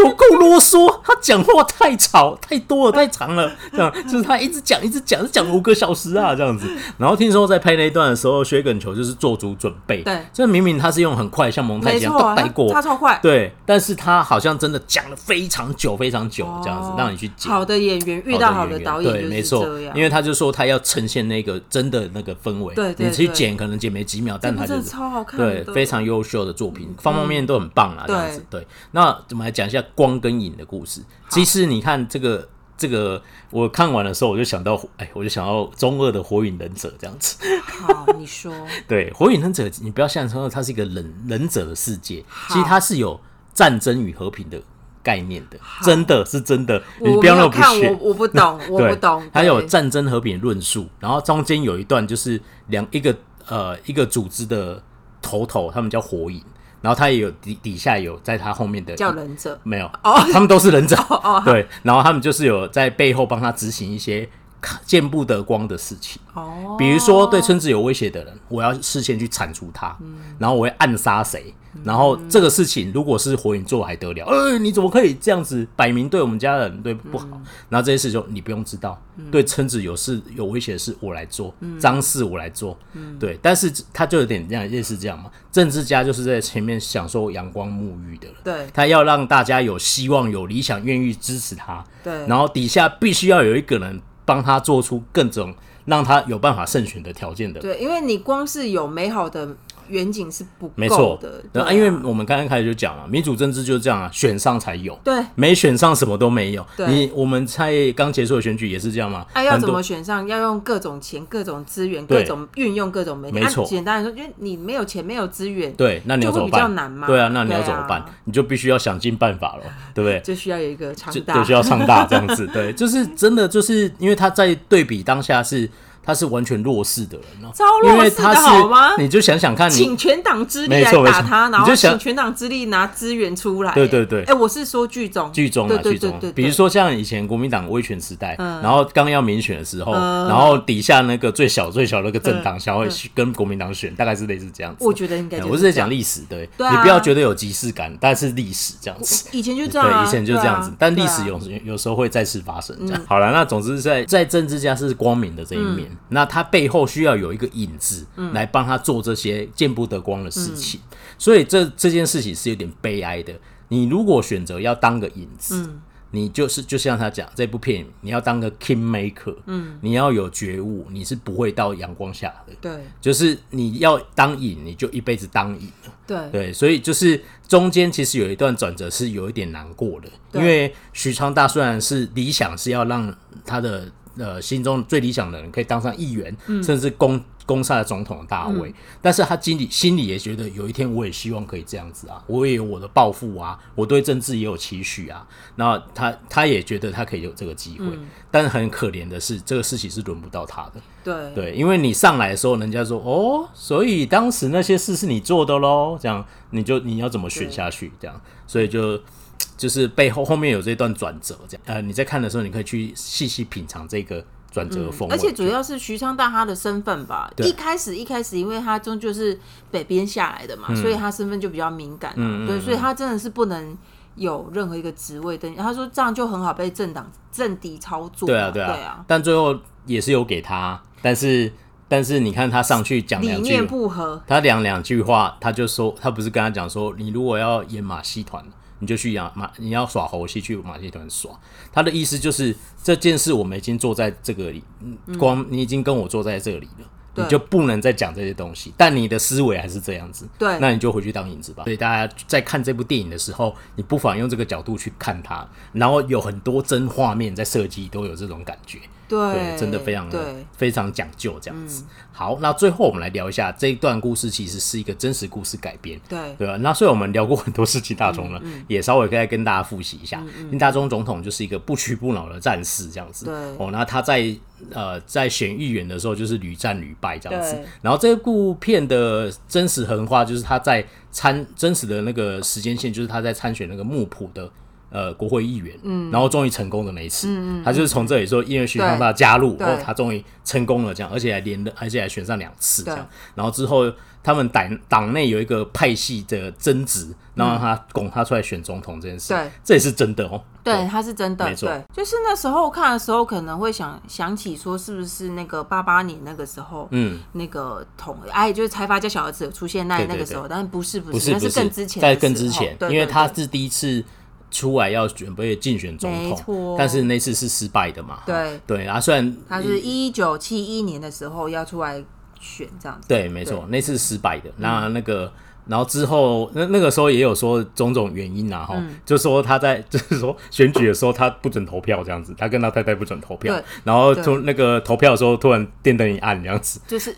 Speaker 2: 有够啰嗦，他讲话太吵、太多了、太长了，这样就是他一直讲、一直讲，讲了五个小时啊，这样子。然后听说在拍那一段的时候，薛耿球就是做足准备，
Speaker 1: 对
Speaker 2: 这明明他是用很快，像蒙太
Speaker 1: 没
Speaker 2: 奇一样
Speaker 1: 错啊，
Speaker 2: 都
Speaker 1: 他
Speaker 2: 带过
Speaker 1: 他，超快，
Speaker 2: 对，但是他好像真的讲了非常久、非常久这样子
Speaker 1: 哦，
Speaker 2: 让你去解。
Speaker 1: 好的演员遇到好
Speaker 2: 演
Speaker 1: 的
Speaker 2: 员
Speaker 1: 导演
Speaker 2: 对，
Speaker 1: 就
Speaker 2: 没
Speaker 1: 是
Speaker 2: 错
Speaker 1: 这样，，
Speaker 2: 因为他就说他要呈现那个真的那个氛围，
Speaker 1: 对对
Speaker 2: 你去
Speaker 1: 对
Speaker 2: 剪可能剪没几秒，
Speaker 1: 这
Speaker 2: 但
Speaker 1: 部
Speaker 2: 他
Speaker 1: 哎真
Speaker 2: 就
Speaker 1: 的
Speaker 2: 是
Speaker 1: 超好看嗯
Speaker 2: 对
Speaker 1: 的，
Speaker 2: 非常优秀的作品，方方面面都很棒啊啦，这样子。对，那我们来讲一下光跟影的故事。其实你看这个。这个我看完的时候，我就想到，哎，我就想到中二的《火影忍者》这样子。 [LAUGHS]
Speaker 1: 好，你说。
Speaker 2: 对，《火影忍者》，你不要想说它是一个忍忍者的世界，
Speaker 1: 好
Speaker 2: 其实它是有战争与和平的概念的，
Speaker 1: 好
Speaker 2: 真的是真的。 [LAUGHS] 你
Speaker 1: 我
Speaker 2: 不要
Speaker 1: 没
Speaker 2: 那
Speaker 1: 有
Speaker 2: 么不
Speaker 1: 看，
Speaker 2: 屑。
Speaker 1: 我我不懂，我
Speaker 2: [LAUGHS] 对，
Speaker 1: 不懂。
Speaker 2: 还有
Speaker 1: 对
Speaker 2: 战争和平论述，然后中间有一段就是两一个呃一个组织的头头，他们叫火影，然后他也有底底下有在他后面的
Speaker 1: 叫忍
Speaker 2: [LAUGHS]
Speaker 1: 者，
Speaker 2: 没有
Speaker 1: 哦
Speaker 2: 他们都是忍者
Speaker 1: [LAUGHS] 哦哦
Speaker 2: 对，然后他们就是有在背后帮他执行一些见不得光的事情。
Speaker 1: 哦，
Speaker 2: 比如说对村子有威胁的人，我要事先去铲除他，然后我会暗杀谁。然后这个事情如果是火影做还得了？呃，你怎么可以这样子摆明对我们家人对不好？然后这些事就你不用知道，对村子有事有威胁的事我来做，脏事我来做。对，但是他就有点这样类似这样嘛，政治家就是在前面享受阳光沐浴的人，
Speaker 1: 对
Speaker 2: 他要让大家有希望、有理想，愿意支持他。
Speaker 1: 对，
Speaker 2: 然后底下必须要有一个人帮他做出各种让他有办法胜选的条件的。
Speaker 1: 对，因为你光是有美好的远景是不
Speaker 2: 没
Speaker 1: 够
Speaker 2: 错
Speaker 1: 的，对
Speaker 2: 然
Speaker 1: 啊
Speaker 2: 后、因为我们刚刚开始就讲嘛，民主政治就是这样啊，选上才有，
Speaker 1: 对，
Speaker 2: 没选上什么都没有。
Speaker 1: 对
Speaker 2: 你我们在刚结束的选举也是这样嘛，
Speaker 1: 哎、要
Speaker 2: 很
Speaker 1: 怎
Speaker 2: 多
Speaker 1: 么选上？要用各种钱、各种资源、
Speaker 2: 对
Speaker 1: 各种运用各种媒体。
Speaker 2: 没错
Speaker 1: 啊简单来说，因为你没有钱、没有资源，
Speaker 2: 对，那你要
Speaker 1: 就
Speaker 2: 怎
Speaker 1: 会
Speaker 2: 么
Speaker 1: 比
Speaker 2: 办？
Speaker 1: 较难嘛
Speaker 2: 对啊，那你要怎么
Speaker 1: 对啊
Speaker 2: 办？你就必须要想尽
Speaker 1: [LAUGHS]
Speaker 2: 办法了，对不对？
Speaker 1: 就需要有一个强
Speaker 2: 就
Speaker 1: 大
Speaker 2: 就。需要上大这样子，对，就是真的，就是因为他在对比当下是他是完全弱势的人哦，
Speaker 1: 超弱势的
Speaker 2: 因为他是
Speaker 1: 好吗
Speaker 2: 你就想想看你，
Speaker 1: 请全党之力
Speaker 2: 没
Speaker 1: 来
Speaker 2: 错
Speaker 1: 打
Speaker 2: 没错
Speaker 1: 他，然
Speaker 2: 你
Speaker 1: 后
Speaker 2: 就想
Speaker 1: 请全党之力拿资源出来。
Speaker 2: 对对对
Speaker 1: 哎、我是说剧中，
Speaker 2: 剧中
Speaker 1: 对
Speaker 2: 啊，
Speaker 1: 对
Speaker 2: 剧
Speaker 1: 对
Speaker 2: 中
Speaker 1: 对，对嗯
Speaker 2: 比如说像以前国民党威权时代，然后刚要民选的时候，然后底下那个最小最小的那个政党想要去跟国民党选，大概是类似这样子。
Speaker 1: 嗯我觉得应该
Speaker 2: 哎
Speaker 1: 就是
Speaker 2: 我是在
Speaker 1: 这样
Speaker 2: 讲历史，对，
Speaker 1: 对啊
Speaker 2: 你不要觉得有即视感，但是历史这样子。
Speaker 1: 以前就这样、啊，
Speaker 2: 对，以前就这样子，
Speaker 1: 对啊
Speaker 2: 但历史
Speaker 1: 对啊嗯
Speaker 2: 有时有时候会再次发生这样。好了，那总之在在政治家是光明的这一面，那他背后需要有一个影子
Speaker 1: 嗯
Speaker 2: 来帮他做这些见不得光的事情，所以这这件事情是有点悲哀的。你如果选择要当个影子，
Speaker 1: 嗯
Speaker 2: 你就是就像他讲这部片里，你要当个 king maker，嗯，你要有觉悟，你是不会到阳光下的。
Speaker 1: 对
Speaker 2: 就是你要当影，你就一辈子当影，
Speaker 1: 对
Speaker 2: 对，所以就是中间其实有一段转折是有一点难过的，
Speaker 1: 对
Speaker 2: 因为许昌大虽然是理想是要让他的呃心中最理想的人可以当上议员，甚至攻攻下了总统的大位，但是他心里心里也觉得有一天我也希望可以这样子啊，我也有我的抱负啊，我对政治也有期许啊，那他他也觉得他可以有这个机会，但是很可怜的是这个事情是轮不到他的，
Speaker 1: 对
Speaker 2: 对，因为你上来的时候，人家说哦，所以当时那些事是你做的喽，这样你就你要怎么选下去，这样，所以就就是背后后面有这段转折，这样，呃，你在看的时候，你可以去细细品尝这个转折的风
Speaker 1: 嗯
Speaker 2: 味、
Speaker 1: 而且主要是徐昌大他的身份吧，
Speaker 2: 对
Speaker 1: 一开始一开始，因为他终究是北边下来的嘛，
Speaker 2: 嗯
Speaker 1: 所以他身份就比较敏感、啊，对，所以他真的是不能有任何一个职位等。他说这样就很好被政党政敌操作嘛，
Speaker 2: 对啊，对
Speaker 1: 对
Speaker 2: 啊，但最后也是有给他，但是但是你看他上去讲
Speaker 1: 理
Speaker 2: 两句
Speaker 1: 念，不合，
Speaker 2: 他讲两句话，他就说他不是跟他讲说，你如果要演马戏团，你就去演马，你要耍猴戏去马戏团耍。他的意思就是这件事我们已经坐在这个里，嗯光你已经跟我坐在这里了。
Speaker 1: 对
Speaker 2: 你就不能再讲这些东西，但你的思维还是这样子，
Speaker 1: 对
Speaker 2: 那你就回去当影子吧。所以大家在看这部电影的时候，你不妨用这个角度去看它，然后有很多真画面在设计，都有这种感觉。
Speaker 1: 对
Speaker 2: 对，，真的非常
Speaker 1: 对，
Speaker 2: 非常讲究这样子。好，那最后我们来聊一下这一段故事，其实是一个真实故事改编。
Speaker 1: 对
Speaker 2: 对吧？啊那所以我们聊过很多事情大中了，
Speaker 1: 嗯
Speaker 2: 也稍微再跟大家复习一下。林大中总统就是一个不屈不挠的战士，这样子。
Speaker 1: 对
Speaker 2: 哦，那他在呃在选议员的时候就是屡战屡败这样子
Speaker 1: 对。
Speaker 2: 然后这部片的真实横话就是他在参真实的那个时间线，就是他在参选那个木浦的。呃，国会议员，嗯，然后终于成功的那一次，嗯他就是从这里说，因为徐昌大加入，
Speaker 1: 对
Speaker 2: 哦，他终于成功了，这样，而且还连，而且还选上两次，这
Speaker 1: 对
Speaker 2: 样，然后之后他们党党内有一个派系的争执，然后让他拱他出来选总统这件事，
Speaker 1: 嗯对
Speaker 2: 这也是真的哦。
Speaker 1: 对，他是真的，
Speaker 2: 没错
Speaker 1: 对，就是那时候看的时候，可能会想想起说，是不是那个八八年那个时候，
Speaker 2: 嗯，
Speaker 1: 那个统，哎，就是财阀家小儿子有出现那
Speaker 2: 对对
Speaker 1: 那个时候，但是不是不
Speaker 2: 不是
Speaker 1: 那
Speaker 2: 不
Speaker 1: 是
Speaker 2: 是
Speaker 1: 更之前的
Speaker 2: 在
Speaker 1: 时候，
Speaker 2: 更之前，
Speaker 1: 对
Speaker 2: 因为
Speaker 1: 对
Speaker 2: 他
Speaker 1: 对
Speaker 2: 是第一次出来要准备竞选总
Speaker 1: 没
Speaker 2: 统
Speaker 1: 错，
Speaker 2: 但是那次是失败的嘛。哈
Speaker 1: 对
Speaker 2: 对，啊，虽然
Speaker 1: 他是一九七一年的时候要出来选这样子，
Speaker 2: 对，没错，那次失败的。
Speaker 1: 嗯
Speaker 2: 那那个，然后之后那那个时候也有说种种原因啊，哈、
Speaker 1: 嗯
Speaker 2: [LAUGHS] 就说他在就是说选举的时候他不准投票这样子，他跟他太太不准投票
Speaker 1: 对，
Speaker 2: 然后
Speaker 1: 对
Speaker 2: 突那个投票的时候突然电灯一暗这样子，
Speaker 1: 就是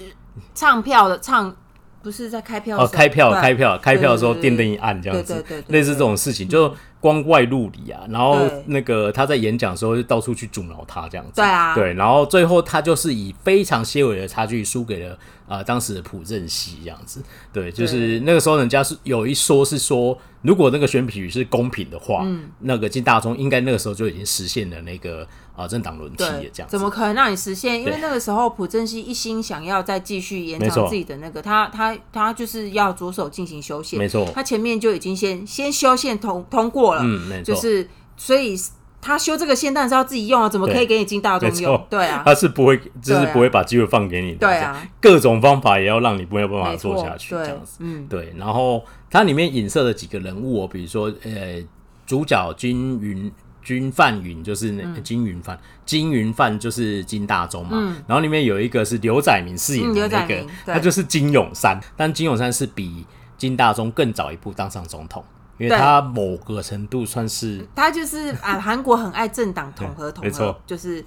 Speaker 1: 唱票的唱，不是在开票的
Speaker 2: 哦，
Speaker 1: 时候
Speaker 2: 开票开，
Speaker 1: 对
Speaker 2: 票开票的时候
Speaker 1: 对对
Speaker 2: 电灯一暗这样子
Speaker 1: 对对对，对
Speaker 2: 类似这种事情就。光怪陆离啊，然后
Speaker 1: 对
Speaker 2: 那个他在演讲的时候就到处去阻挠他这样子，
Speaker 1: 对啊
Speaker 2: 对，然后最后他就是以非常些微的差距输给了呃当时的朴正熙这样子，对，就是那个时候人家是有一说是说，如果那个选举是公平的话，
Speaker 1: 嗯
Speaker 2: 那个金大中应该那个时候就已经实现了那个啊、呃政党轮替了
Speaker 1: 对
Speaker 2: 这样，子
Speaker 1: 怎，么可能让你实现？因为
Speaker 2: 对
Speaker 1: 那个时候朴正熙一心想要再继续延
Speaker 2: 没错
Speaker 1: 长自己的那个，他他他就是要着手进行修宪，
Speaker 2: 没错
Speaker 1: 他前面就已经先先修宪通通过了，
Speaker 2: 嗯，没错，
Speaker 1: 就是所以他修这个宪当然是要自己用啊，怎么可以
Speaker 2: 对
Speaker 1: 给你进大众
Speaker 2: 没
Speaker 1: 用
Speaker 2: 错？
Speaker 1: 对啊，
Speaker 2: 他是不会，就是
Speaker 1: 对啊
Speaker 2: 不会把机会放给你的。
Speaker 1: 对啊，
Speaker 2: 各种方法也要让你没有办法
Speaker 1: 没错
Speaker 2: 做下去，这
Speaker 1: 对
Speaker 2: 样子。
Speaker 1: 嗯，
Speaker 2: 对，然后它里面影射了几个人物哦，比如说呃，主角金云军贩云就是那、
Speaker 1: 嗯
Speaker 2: 金云贩，金云贩就是金大中嘛。然后里面有一个是刘载明饰演
Speaker 1: 嗯
Speaker 2: 的
Speaker 1: 刘
Speaker 2: 那
Speaker 1: 载
Speaker 2: 个，
Speaker 1: 明对
Speaker 2: 他就是金永山，但金永山是比金大中更早一步当上总统，因为
Speaker 1: 对
Speaker 2: 他某个程度算是
Speaker 1: 他就是啊，韩国很爱政党统合，统
Speaker 2: 没
Speaker 1: 合
Speaker 2: 错
Speaker 1: 就是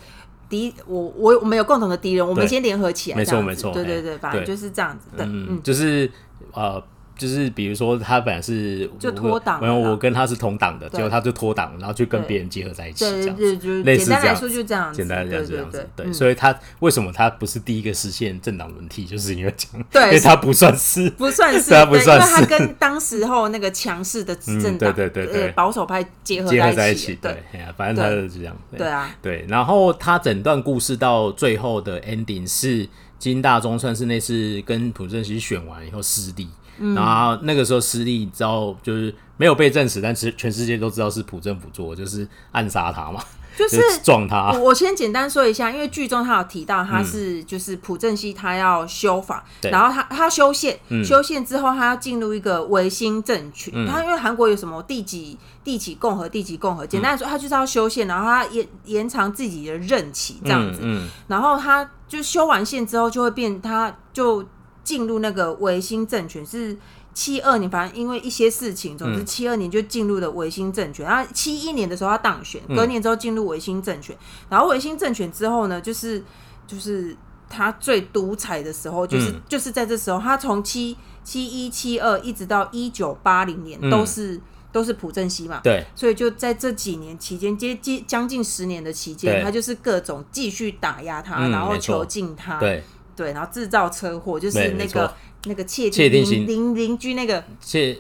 Speaker 1: 敌我我我们有共同的敌人，我们
Speaker 2: 对
Speaker 1: 先联合起来
Speaker 2: 没
Speaker 1: 这样
Speaker 2: 错
Speaker 1: 子，
Speaker 2: 没错
Speaker 1: 对对
Speaker 2: 哎
Speaker 1: 对，反正
Speaker 2: 对
Speaker 1: 就是这样子，对，嗯
Speaker 2: 嗯，，就是呃，就是比如说他本来是
Speaker 1: 就
Speaker 2: 我
Speaker 1: 脱党了
Speaker 2: 然后
Speaker 1: 啦
Speaker 2: 我跟他是同党的，
Speaker 1: 对
Speaker 2: 结果他就脱党，然后就跟
Speaker 1: 对
Speaker 2: 别人结合在一起，这
Speaker 1: 对
Speaker 2: 样
Speaker 1: 对
Speaker 2: 子，
Speaker 1: 就是
Speaker 2: 类
Speaker 1: 简
Speaker 2: 似
Speaker 1: 单
Speaker 2: 这
Speaker 1: 来
Speaker 2: 样
Speaker 1: 说
Speaker 2: 子。
Speaker 1: 就这样子，
Speaker 2: 简单来
Speaker 1: 对
Speaker 2: 讲是这
Speaker 1: 对
Speaker 2: 样子，
Speaker 1: 嗯
Speaker 2: 对，所以他为什么他不是第一个实现政党轮替，就是因为这样，
Speaker 1: 对
Speaker 2: 因为他不算是，
Speaker 1: 不算
Speaker 2: [LAUGHS]
Speaker 1: 是，
Speaker 2: 对啊不
Speaker 1: 对
Speaker 2: 算
Speaker 1: 因为他
Speaker 2: 是
Speaker 1: 跟当时候那个强势的执政
Speaker 2: 嗯
Speaker 1: 党、
Speaker 2: 对对对
Speaker 1: 呃
Speaker 2: 对
Speaker 1: 保守派结合
Speaker 2: 结合在
Speaker 1: 在
Speaker 2: 一
Speaker 1: 起
Speaker 2: 起，
Speaker 1: 了，对
Speaker 2: 对，哎呀反正他
Speaker 1: 对
Speaker 2: 就是这样，对
Speaker 1: 对啊，
Speaker 2: 对，然后他整段故事到最后的 ending 是金大中算是那次跟朴正熙选完以后失利，
Speaker 1: 嗯
Speaker 2: 然后那个时候失利之后就是没有被证实，但是全世界都知道是朴政府做的，就是暗杀他嘛，
Speaker 1: 就。
Speaker 2: 就是啊撞他
Speaker 1: 我，我先简单说一下，因为剧中他有提到他是就是朴正熙他要修法，
Speaker 2: 嗯对嗯
Speaker 1: 然后他他修宪，修宪之后他要进入一个维新政权。他因为韩国有什么第几第几共和、第几共和，简单来说他就是要修宪，然后他延延长自己的任期这样子。
Speaker 2: 嗯
Speaker 1: 然后他就修完宪之后，就会变，他就进入那个维新政权是。七二年，反正因为一些事情，
Speaker 2: 嗯
Speaker 1: 总之七二年就进入了维新政权。然后七一年的时候他当选，
Speaker 2: 嗯
Speaker 1: 隔年之后进入维新政权。然后维新政权之后呢，就是就是他最独裁的时候，就是、
Speaker 2: 嗯
Speaker 1: 就是在这时候，他从七七一七二一直到一九八零年
Speaker 2: 嗯
Speaker 1: 都是、都是朴正熙嘛。
Speaker 2: 对，
Speaker 1: 所以就在这几年期间，接接将近十年的期间，
Speaker 2: 对
Speaker 1: 他就是各种继续打压他，
Speaker 2: 嗯
Speaker 1: 然后
Speaker 2: 没
Speaker 1: 囚
Speaker 2: 错
Speaker 1: 禁他，
Speaker 2: 对，
Speaker 1: 对然后制造车祸，就是
Speaker 2: 对
Speaker 1: 那
Speaker 2: 没
Speaker 1: 个
Speaker 2: 错
Speaker 1: 那个窃
Speaker 2: 窃听
Speaker 1: 邻
Speaker 2: 行
Speaker 1: 邻邻居那个，
Speaker 2: 确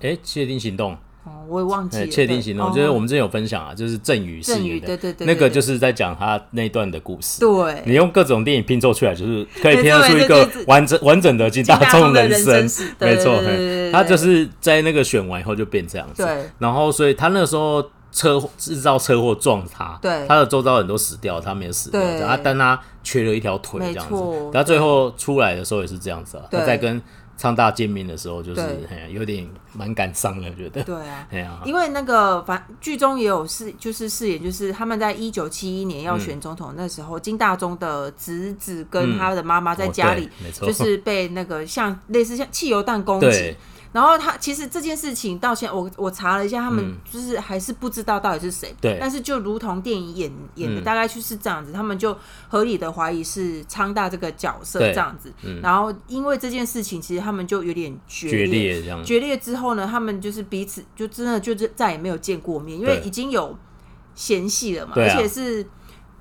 Speaker 2: 哎确定行动，
Speaker 1: 哦，我也忘记
Speaker 2: 哎
Speaker 1: 了，
Speaker 2: 确定
Speaker 1: 对
Speaker 2: 行动
Speaker 1: 哦
Speaker 2: 就是我们之前有分享啊，就是郑宇饰
Speaker 1: 郑宇
Speaker 2: 演
Speaker 1: 对对对
Speaker 2: 那
Speaker 1: 对
Speaker 2: 个
Speaker 1: 对
Speaker 2: 就是在讲他那段的故事，
Speaker 1: 对
Speaker 2: 你用各种电影拼凑出来，就是可以
Speaker 1: 对
Speaker 2: 拼凑出一
Speaker 1: 对
Speaker 2: 个
Speaker 1: 对对
Speaker 2: 完整完整的金大
Speaker 1: 中
Speaker 2: 中
Speaker 1: 的人
Speaker 2: 生
Speaker 1: 生史。对
Speaker 2: 没错
Speaker 1: 对对对对对，
Speaker 2: 他就是在那个选完以后就变这样子。
Speaker 1: 对，
Speaker 2: 然后所以他那时候车祸制造车祸撞他，
Speaker 1: 对
Speaker 2: 他的周遭很多死掉，他没有死掉，
Speaker 1: 对
Speaker 2: 这样啊，但他缺了一条腿
Speaker 1: 没
Speaker 2: 这样
Speaker 1: 错
Speaker 2: 子。他最后出来的时候也是这样子啊，
Speaker 1: 对
Speaker 2: 他在跟昌大见面的时候，就是
Speaker 1: 对
Speaker 2: 嘿有点蛮感伤的，
Speaker 1: [LAUGHS]
Speaker 2: 觉得。
Speaker 1: 对啊。
Speaker 2: 哎呀，
Speaker 1: 因为那个反剧中也有饰，就是饰演，就是他们在一九七一年要
Speaker 2: 嗯
Speaker 1: 选总统那时候，金大中的侄子跟他的妈妈在
Speaker 2: 哦
Speaker 1: 家
Speaker 2: 对
Speaker 1: 里，
Speaker 2: 没错
Speaker 1: 就是被那个像类似像汽油弹攻击
Speaker 2: 对，，
Speaker 1: 然后他其实这件事情到现在，我我查了一下，他们就是还是不知道到底是谁。
Speaker 2: 嗯对
Speaker 1: 但是就如同电影演演的，
Speaker 2: 嗯
Speaker 1: 大概就是这样子，他们就合理的怀疑是昌大这个角色
Speaker 2: 对嗯
Speaker 1: 这样子。然后因为这件事情，其实他们就有点决
Speaker 2: 决
Speaker 1: 裂。
Speaker 2: 裂这样子。
Speaker 1: 决裂之后呢，他们就是彼此就真的就是再也没有见过面，因为
Speaker 2: 对
Speaker 1: 已经有嫌隙了嘛，
Speaker 2: 对
Speaker 1: 而
Speaker 2: 啊
Speaker 1: 且是。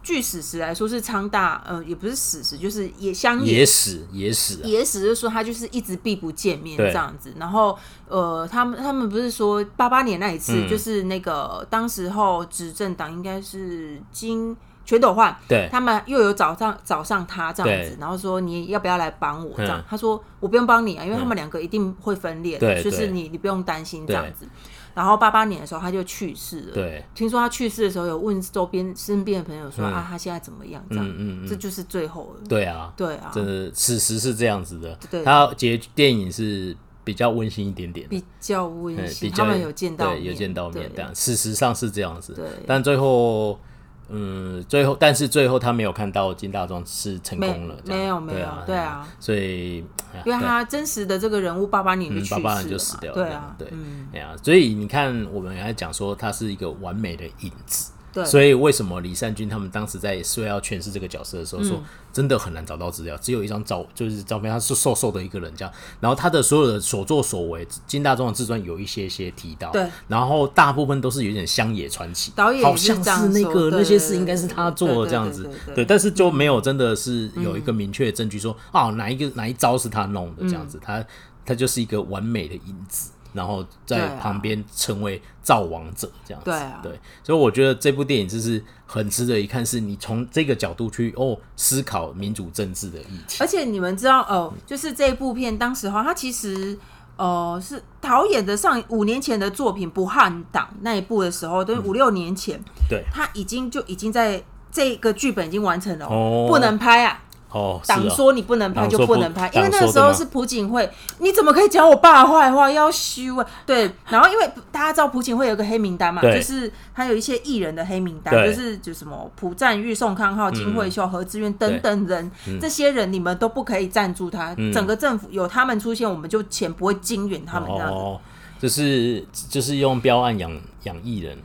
Speaker 1: 据史实来说，是昌大，呃，也不是史实，就是也相野
Speaker 2: 野史，野史啊，
Speaker 1: 野史就说他就是一直避不见面
Speaker 2: 对
Speaker 1: 这样子，然后呃，他们他们不是说八八年那一次，
Speaker 2: 嗯
Speaker 1: 就是那个当时候执政党应该是金全斗焕，
Speaker 2: 对，
Speaker 1: 他们又有找上找上他这样子
Speaker 2: 对，
Speaker 1: 然后说你要不要来帮我这样
Speaker 2: 嗯，
Speaker 1: 他说我不用帮你啊，因为他们两个一定会分裂的，
Speaker 2: 对
Speaker 1: 就是
Speaker 2: 对
Speaker 1: 你你不用担心这
Speaker 2: 对
Speaker 1: 样子。然后八八年的时候他就去世了，
Speaker 2: 对，
Speaker 1: 听说他去世的时候有问周边身边的朋友说、
Speaker 2: 嗯
Speaker 1: 啊他现在怎么样这样，
Speaker 2: 嗯嗯
Speaker 1: 这
Speaker 2: 嗯，
Speaker 1: 就是最后了，
Speaker 2: 对啊，
Speaker 1: 对啊，
Speaker 2: 真的，此时是这样子的。
Speaker 1: 对
Speaker 2: 它结电影是比较温馨一点点的，
Speaker 1: 比较温
Speaker 2: 嗯
Speaker 1: 馨，
Speaker 2: 比
Speaker 1: 他
Speaker 2: 较
Speaker 1: 们有见到
Speaker 2: 对，有见到面
Speaker 1: 对
Speaker 2: 这样。事实上是这样子，
Speaker 1: 对
Speaker 2: 但最后，嗯，最后，但是最后他没有看到金大壮是成
Speaker 1: 没
Speaker 2: 功了，这样
Speaker 1: 没有没
Speaker 2: 对
Speaker 1: 有
Speaker 2: 啊，
Speaker 1: 对
Speaker 2: 哎呀
Speaker 1: 啊，
Speaker 2: 所以，哎呀
Speaker 1: 因为
Speaker 2: 对
Speaker 1: 他真实的这个人物八八年就
Speaker 2: 嗯
Speaker 1: 去世
Speaker 2: 爸
Speaker 1: 了
Speaker 2: 爸
Speaker 1: 嘛，
Speaker 2: 就死掉了，
Speaker 1: 对
Speaker 2: 这
Speaker 1: 啊
Speaker 2: 样，对
Speaker 1: 嗯，，
Speaker 2: 哎呀，所以你看，我们还讲说他是一个完美的影子。
Speaker 1: 对，
Speaker 2: 所以为什么李善均他们当时在说要诠释这个角色的
Speaker 1: 嗯
Speaker 2: 时候说，真的很难找到资料，只有一张照，就是照片，他是瘦瘦的一个人这样。然后他的所有的所作所为，金大中的自传有一些些提到，
Speaker 1: 对。
Speaker 2: 然后大部分都是有点乡野传奇，
Speaker 1: 导演
Speaker 2: 好
Speaker 1: 也是
Speaker 2: 像
Speaker 1: 这样说
Speaker 2: 是那个
Speaker 1: 对
Speaker 2: 那些事应该是他做的这样子
Speaker 1: 对对对对对，嗯
Speaker 2: 对。但是就没有真的是有一个明确的证据说，啊哪一个哪一招是他弄的
Speaker 1: 嗯
Speaker 2: 这样子，他他就是一个完美的影子。然后
Speaker 1: 对
Speaker 2: 在
Speaker 1: 啊
Speaker 2: 旁边成为造王者这样子，
Speaker 1: 对啊
Speaker 2: 对，所以我觉得这部电影就是很值得一看，是你从这个角度去哦思考民主政治的议题。
Speaker 1: 而且你们知道哦，就是这部片当时哈，它其实。呃，是导演的上五年前的作品《不汉党》那一部的时候，都是
Speaker 2: 嗯
Speaker 1: 五六年前，
Speaker 2: 对
Speaker 1: 他已经就已经在这个剧本已经完成了，
Speaker 2: 哦
Speaker 1: 不能拍啊，
Speaker 2: 哦，是
Speaker 1: 党
Speaker 2: 哦，
Speaker 1: 说你不能拍
Speaker 2: 党
Speaker 1: 就
Speaker 2: 说
Speaker 1: 不
Speaker 2: 不
Speaker 1: 能拍，因为那
Speaker 2: 党
Speaker 1: 个
Speaker 2: 说
Speaker 1: 时
Speaker 2: 的
Speaker 1: 候
Speaker 2: 吗
Speaker 1: 是朴槿惠，你怎么可以讲我爸的坏话？要羞啊！对，然后因为大家知道朴槿惠有个黑名单嘛，
Speaker 2: 对
Speaker 1: 就是他有一些艺人的黑名单，
Speaker 2: 对
Speaker 1: 就是就什么朴赞玉、宋康昊、金惠秀、何志远等等人，
Speaker 2: 嗯
Speaker 1: 这些人你们都不可以赞助他，整个政府有他们出现，我们就钱不会经援他们这样子。
Speaker 2: 哦，就是就是用标案养养艺人，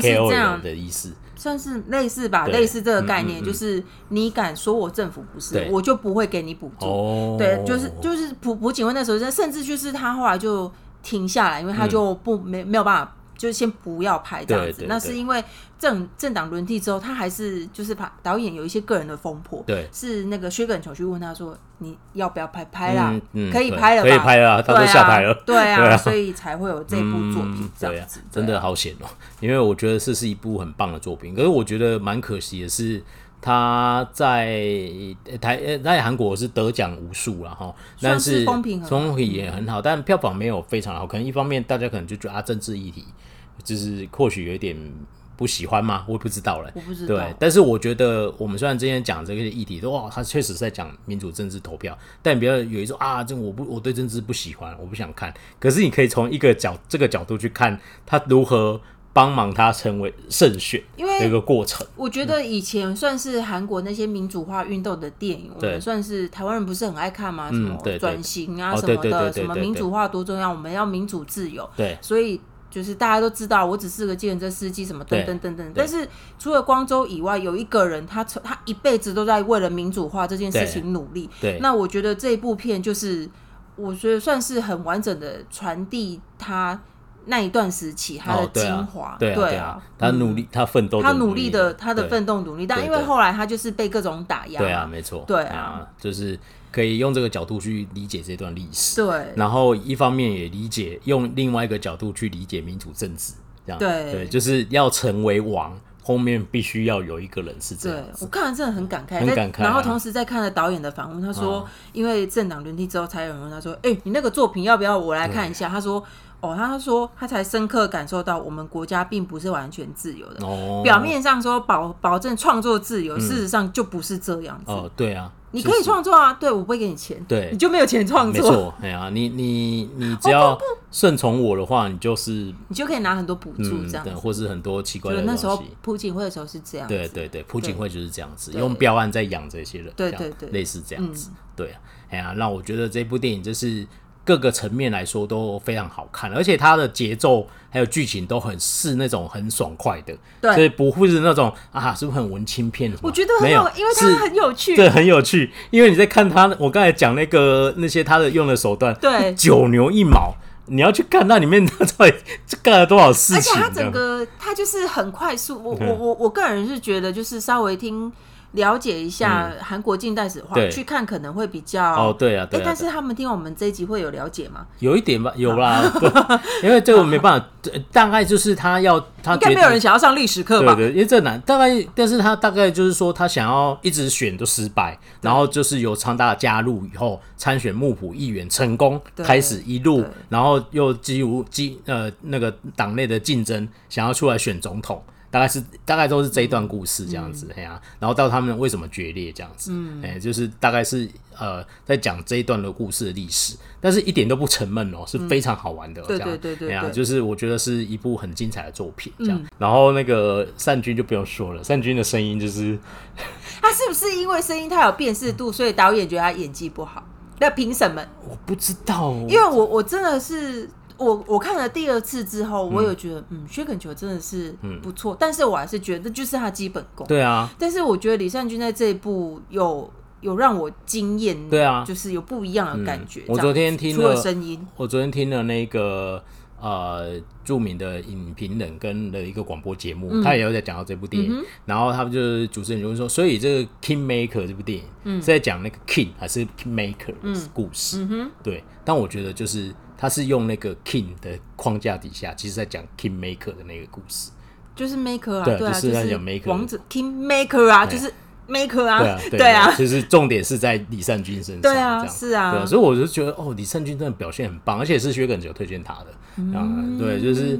Speaker 1: 算是这
Speaker 2: KOL
Speaker 1: 样
Speaker 2: 的意思。
Speaker 1: 算是类似吧，
Speaker 2: 对嗯
Speaker 1: 类似这个概念，就是你敢说我政府不是
Speaker 2: 对，
Speaker 1: 我就不会给你补助。
Speaker 2: 哦，
Speaker 1: 对，就是就是朴朴槿惠那时候，甚至就是他后来就停下来，因为他就不、没没有办法，就是先不要拍这样
Speaker 2: 对
Speaker 1: 子。
Speaker 2: 嗯对
Speaker 1: 那
Speaker 2: 对
Speaker 1: 是因为政政党轮替之后，他还是就是把导演有一些个人的风波。
Speaker 2: 对。
Speaker 1: 是那个薛耿球去问他说：“你要不要拍拍啦？
Speaker 2: 嗯嗯
Speaker 1: 可以
Speaker 2: 对
Speaker 1: 拍了吧？
Speaker 2: 可以拍了他
Speaker 1: 对
Speaker 2: 都
Speaker 1: 啊，
Speaker 2: 下台了
Speaker 1: 对啊，
Speaker 2: 对啊
Speaker 1: 所以才会有这部作品
Speaker 2: 嗯
Speaker 1: 这
Speaker 2: 对
Speaker 1: 样
Speaker 2: 啊
Speaker 1: 子，，
Speaker 2: 真
Speaker 1: 对
Speaker 2: 的
Speaker 1: 啊
Speaker 2: 好险哦、因为我觉得这是一部很棒的作品，可是我觉得蛮可惜的是，他在呃台呃在韩国是得奖无数了哈，
Speaker 1: 算
Speaker 2: 但
Speaker 1: 是
Speaker 2: 是
Speaker 1: 风评很好嗯
Speaker 2: 风评也很好，但票房没有非常好。可能一方面大家可能就觉得啊，政治议题就是或许有一点不喜欢嘛，我也不知道嘞。
Speaker 1: 我不知道。
Speaker 2: 对，但是我觉得我们虽然之前讲这个议题，都哇，他确实是在讲民主政治投票，但不要有一种啊，这我不我对政治不喜欢，我不想看。可是你可以从一个角这个角度去看他如何帮忙他成为胜选
Speaker 1: 因为
Speaker 2: 的一个过程。
Speaker 1: 我觉
Speaker 2: 嗯
Speaker 1: 得以前算是韩国那些民主化运动的电影，我
Speaker 2: 对嗯
Speaker 1: 们算是台湾人不是很爱看吗？什么
Speaker 2: 对对
Speaker 1: 转型啊
Speaker 2: 哦
Speaker 1: 什么
Speaker 2: 对对对
Speaker 1: 的，
Speaker 2: 对对
Speaker 1: 什么
Speaker 2: 对
Speaker 1: 民主化多重要，我们要民主自由。
Speaker 2: 对
Speaker 1: 所以就是大家都知道，我只是个计程车司机，什么等
Speaker 2: 对
Speaker 1: 等等等。但是除了光州以外，有一个人他从他一辈子都在为了民主化这件事情努力。
Speaker 2: 对，
Speaker 1: 那我觉得这一部片就是，我觉得算是很完整的传递他那一段时期他的
Speaker 2: 哦，对
Speaker 1: 精
Speaker 2: 啊
Speaker 1: 华。，
Speaker 2: 对啊，对
Speaker 1: 啊
Speaker 2: 啊，，他努力，他奋斗，
Speaker 1: 他努力的，他的
Speaker 2: 对
Speaker 1: 奋斗努力，但
Speaker 2: 对
Speaker 1: 因为
Speaker 2: 对
Speaker 1: 后来他就是被各种打压，
Speaker 2: 对啊，，没错，
Speaker 1: 对啊，
Speaker 2: 就是可以用这个角度去理解这段历史。
Speaker 1: 对，
Speaker 2: 然后一方面也理解用另外一个角度去理解民主政治，这样
Speaker 1: 对
Speaker 2: 就是要成为王，后面必须要有一个人是这
Speaker 1: 对
Speaker 2: 样子
Speaker 1: 我看了真的很感慨，
Speaker 2: 很
Speaker 1: 在
Speaker 2: 感慨啊哦
Speaker 1: 然后同时在看了导演的访问，他说，因为政党轮替之后，才有人问他说，哎、你那个作品要不要我来看一下？他说，哦，他说他才深刻感受到我们国家并不是完全自由的。
Speaker 2: 哦，嗯
Speaker 1: 表面上说保保证创作自由，事实上就不是这样子。
Speaker 2: 哦，对啊，
Speaker 1: 你
Speaker 2: 就
Speaker 1: 可以
Speaker 2: 是
Speaker 1: 创作啊，对我不会给你钱，
Speaker 2: 对
Speaker 1: 你就没有钱创
Speaker 2: 没
Speaker 1: 作，哦
Speaker 2: 错，哎呀、你你你只要顺从我的话，你就是
Speaker 1: 你就可以拿很多补助
Speaker 2: 嗯，
Speaker 1: 这样
Speaker 2: 对，
Speaker 1: 子。
Speaker 2: 或是很多奇怪
Speaker 1: 就是
Speaker 2: 的
Speaker 1: 那时
Speaker 2: 东
Speaker 1: 候
Speaker 2: 西。
Speaker 1: 朴槿惠的时候是这样子，
Speaker 2: 对对对，朴槿惠就是这样子，
Speaker 1: 对
Speaker 2: 用标案在养这些人，
Speaker 1: 对
Speaker 2: 这样
Speaker 1: 对对嗯
Speaker 2: 类似这样子，对啊，哎呀，那我觉得这部电影就是各个层面来说都非常好看，而且它的节奏还有剧情都很是那种很爽快的，
Speaker 1: 对
Speaker 2: 所以不会是那种啊，是不是很文青片什么？
Speaker 1: 我觉得很
Speaker 2: 没有
Speaker 1: 有，，因为
Speaker 2: 是
Speaker 1: 它很有趣。
Speaker 2: 对，很有趣，因为你在看他，我刚才讲那个那些他的用的手段， [LAUGHS]
Speaker 1: 对
Speaker 2: 九牛一毛，你要去看那里面 [LAUGHS] 他到底干了多少事
Speaker 1: 而且
Speaker 2: 情，
Speaker 1: 它
Speaker 2: 这
Speaker 1: 整
Speaker 2: 样
Speaker 1: 个它就是很快速。我
Speaker 2: 嗯
Speaker 1: 我我我个人是觉得，就是稍微听了解一下韩国近代史的话，
Speaker 2: 嗯对
Speaker 1: 去看可能会比较。
Speaker 2: 哦，对啊，
Speaker 1: 哎、
Speaker 2: 对啊，
Speaker 1: 但是他们听我们这一集会有了解吗？
Speaker 2: 有一点吧，有啦，对，因为这个没办法，呃大概就是他要他
Speaker 1: 应该
Speaker 2: 觉
Speaker 1: 没有
Speaker 2: 得
Speaker 1: 人想要上历史课
Speaker 2: 对
Speaker 1: 吧？
Speaker 2: 对，因为这难，大概，但是他大概就是说他想要一直选都失败，然后就是由昌大加入以后参选幕府议员成功，
Speaker 1: 对
Speaker 2: 开始一路
Speaker 1: 对，
Speaker 2: 然后又几乎激呃那个党内的竞争，想要出来选总统。大概是大概都是这一段故事这样
Speaker 1: 嗯
Speaker 2: 子，哎呀、然后到他们为什么决裂这样子，哎、就是大概是呃在讲这一段的故事的历史，但是一点都不沉闷哦，是
Speaker 1: 嗯
Speaker 2: 非常好玩的、哦
Speaker 1: 对
Speaker 2: 这样
Speaker 1: 对对对
Speaker 2: 哎呀
Speaker 1: 对嗯
Speaker 2: 就是我觉得是一部很精彩的作品这样。然后那个善君就不用说了，善君的声音就是
Speaker 1: 他是不是因为声音太有辨识度，所以导演觉得他演技不好？那评审们，
Speaker 2: 我不知道哦，
Speaker 1: 因为我我真的是我我看了第二次之后，我有觉得，嗯，薛肯球真的是
Speaker 2: 嗯
Speaker 1: 不错，但是我还是觉得就是他基本功。
Speaker 2: 对啊，
Speaker 1: 但是我觉得李善均在这一部有有让我惊艳，
Speaker 2: 对啊
Speaker 1: 就是有不一样的感觉。这
Speaker 2: 嗯
Speaker 1: 样
Speaker 2: 我昨天听
Speaker 1: 除了
Speaker 2: 了
Speaker 1: 声音，
Speaker 2: 我昨天听了那个呃著名的影评人跟的一个广播节目，
Speaker 1: 嗯
Speaker 2: 他也有在讲到这部电影，然后他们就是主持人就会说，所以这个 King Maker 这部电影、
Speaker 1: 嗯
Speaker 2: 是在讲那个 King 还是 King Maker 的故事，对，但我觉得就是他是用那个 King 的框架底下，其实在讲 King Maker 的那个故事，
Speaker 1: 就是 maker 啊，
Speaker 2: 对
Speaker 1: 对啊，
Speaker 2: 就是在讲 maker
Speaker 1: 王子 king maker 啊，
Speaker 2: 对
Speaker 1: 就是。maker 啊
Speaker 2: 对啊，，对
Speaker 1: 啊，
Speaker 2: 就是重点是在李善均身上，
Speaker 1: 对啊
Speaker 2: 这样
Speaker 1: 是啊
Speaker 2: 对，所以我就觉得哦，李善均真的表现很棒，而且是薛耿九推荐他的，嗯，对，就是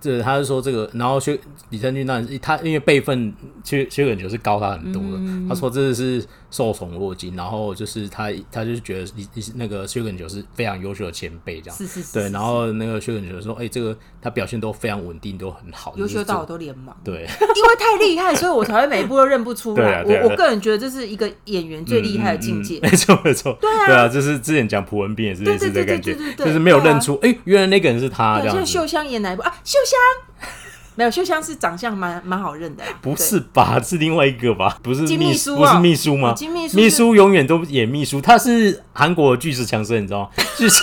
Speaker 2: 这他是说这个，然后薛
Speaker 1: 嗯
Speaker 2: 李善均当然是他因为辈分薛薛耿九是高他很多的，他说这是受宠若惊，然后就是他他就是觉得你你是那个薛根九是非常优秀的前辈这样，
Speaker 1: 是是是
Speaker 2: 对，
Speaker 1: 是
Speaker 2: 然后那个薛根九说，哎、这个他表现都非常稳定，都很好，
Speaker 1: 优秀
Speaker 2: 就是这
Speaker 1: 到我都脸盲，因
Speaker 2: 对，
Speaker 1: 为太厉害，所以我才会每一部都认不出
Speaker 2: 对啊
Speaker 1: 来。
Speaker 2: 对啊
Speaker 1: 我
Speaker 2: 对啊
Speaker 1: 我个人觉得这是一个演员最厉害的境界
Speaker 2: 嗯。没错没错，对
Speaker 1: 啊
Speaker 2: 就是之前讲蒲文斌也是类似的
Speaker 1: 对对对
Speaker 2: 感觉
Speaker 1: 对对，对
Speaker 2: 就是没有
Speaker 1: 对啊
Speaker 2: 认出，哎、原来那个人是他这
Speaker 1: 对，
Speaker 2: 样
Speaker 1: 像
Speaker 2: 子
Speaker 1: 秀，香演哪一部啊？秀香没有，秀香是长相蛮蛮好认的啦。
Speaker 2: 不
Speaker 1: 对
Speaker 2: 是吧？是另外一个吧？不是
Speaker 1: 金
Speaker 2: 秘
Speaker 1: 秘书
Speaker 2: 不是
Speaker 1: 哦
Speaker 2: 秘书吗
Speaker 1: 哦？金秘书
Speaker 2: 秘
Speaker 1: 是
Speaker 2: 书永远都演秘书，他是韩国的巨石强森，你知道吗？巨石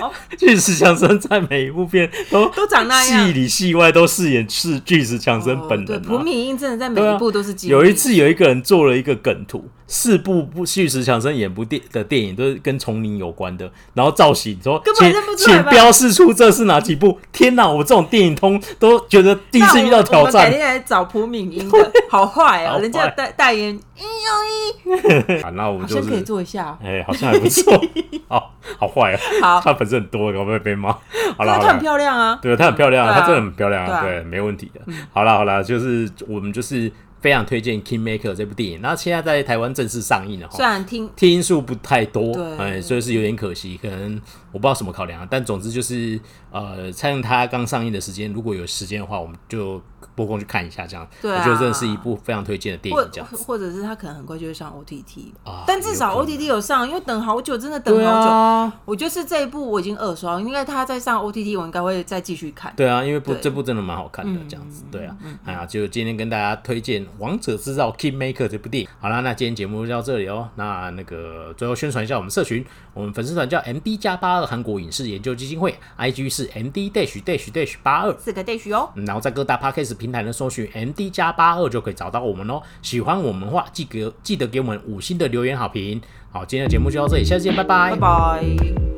Speaker 1: 哦
Speaker 2: 巨石强森在每一部片都
Speaker 1: 都长那样
Speaker 2: 戏里戏外都饰演是巨石强森本
Speaker 1: 对，
Speaker 2: 人、
Speaker 1: 朴
Speaker 2: 啊。
Speaker 1: 敏英真的在每
Speaker 2: 对啊
Speaker 1: 一部都是金、
Speaker 2: 有一，次有一个人做了一个梗图，四部不巨石强森演部电的电影都是跟丛林有关的，然后造型说
Speaker 1: 根
Speaker 2: 请
Speaker 1: 本认不出来
Speaker 2: 请
Speaker 1: 吧
Speaker 2: 标示出这是哪几部。天哪，我这种电影通都觉得第一次遇到挑
Speaker 1: 那我我们改
Speaker 2: 战。
Speaker 1: 天来找朴敏英的，好坏
Speaker 2: 好
Speaker 1: 哦，
Speaker 2: 坏
Speaker 1: 人家代代言一用一，
Speaker 2: [LAUGHS] 啊那我们
Speaker 1: 好
Speaker 2: 就
Speaker 1: 像可以
Speaker 2: 是。
Speaker 1: 做一下、哦。
Speaker 2: 哎、好像还不错， [LAUGHS] 好好坏
Speaker 1: 好
Speaker 2: 啊！他粉丝很多，可不可以
Speaker 1: [LAUGHS]
Speaker 2: 被骂？好
Speaker 1: 对
Speaker 2: 了，
Speaker 1: 啊，
Speaker 2: 好
Speaker 1: 她很
Speaker 2: 了，
Speaker 1: 漂亮啊。
Speaker 2: 对，她很漂亮啊，
Speaker 1: 对啊
Speaker 2: 她真的很漂亮啊，
Speaker 1: 对啊
Speaker 2: 对，没问题的。好啦好啦，就是我们就是非常推荐《Kingmaker》这部电影，那现在在台湾正式上映了
Speaker 1: 虽
Speaker 2: 哈。
Speaker 1: 然听
Speaker 2: 听因数不太多，
Speaker 1: 对
Speaker 2: 哎，所以是有点可惜，可能我不知道什么考量啊，但总之就是，呃，趁它刚上映的时间，如果有时间的话，我们就拨空去看一下，这样，
Speaker 1: 对啊
Speaker 2: 我觉得真的是一部非常推荐的电
Speaker 1: 或
Speaker 2: 影，这样子。
Speaker 1: 或者是他可能很快就会上 OTT，、
Speaker 2: 啊
Speaker 1: 但至少
Speaker 2: 有可能
Speaker 1: OTT 有上，因为等好久，真的等
Speaker 2: 对
Speaker 1: 好久。
Speaker 2: 啊，
Speaker 1: 我就是这一部我已经二刷，应该他再上 OTT，我应该会再继续看。
Speaker 2: 对啊，因为不
Speaker 1: 对嗯
Speaker 2: 这部真的蛮好看的，这样子，对啊，哎呀，就今天跟大家推荐《王者之道》Kingmaker 这部电影。好啦，那今天节目就到这里哦。那那个最后宣传一下我们社群，我们粉丝团叫 MD 加八二韩国影视研究基金会，IG 是 MD dash dash dash 八二。
Speaker 1: 四个 dash 哦，
Speaker 2: 嗯然后在各大 podcast 平台呢搜寻 MD 加八二就可以找到我们哦。喜欢我们的话，记得记得给我们五星的留言好评。好，今天的节目就到这里，下次见，拜拜
Speaker 1: 拜拜。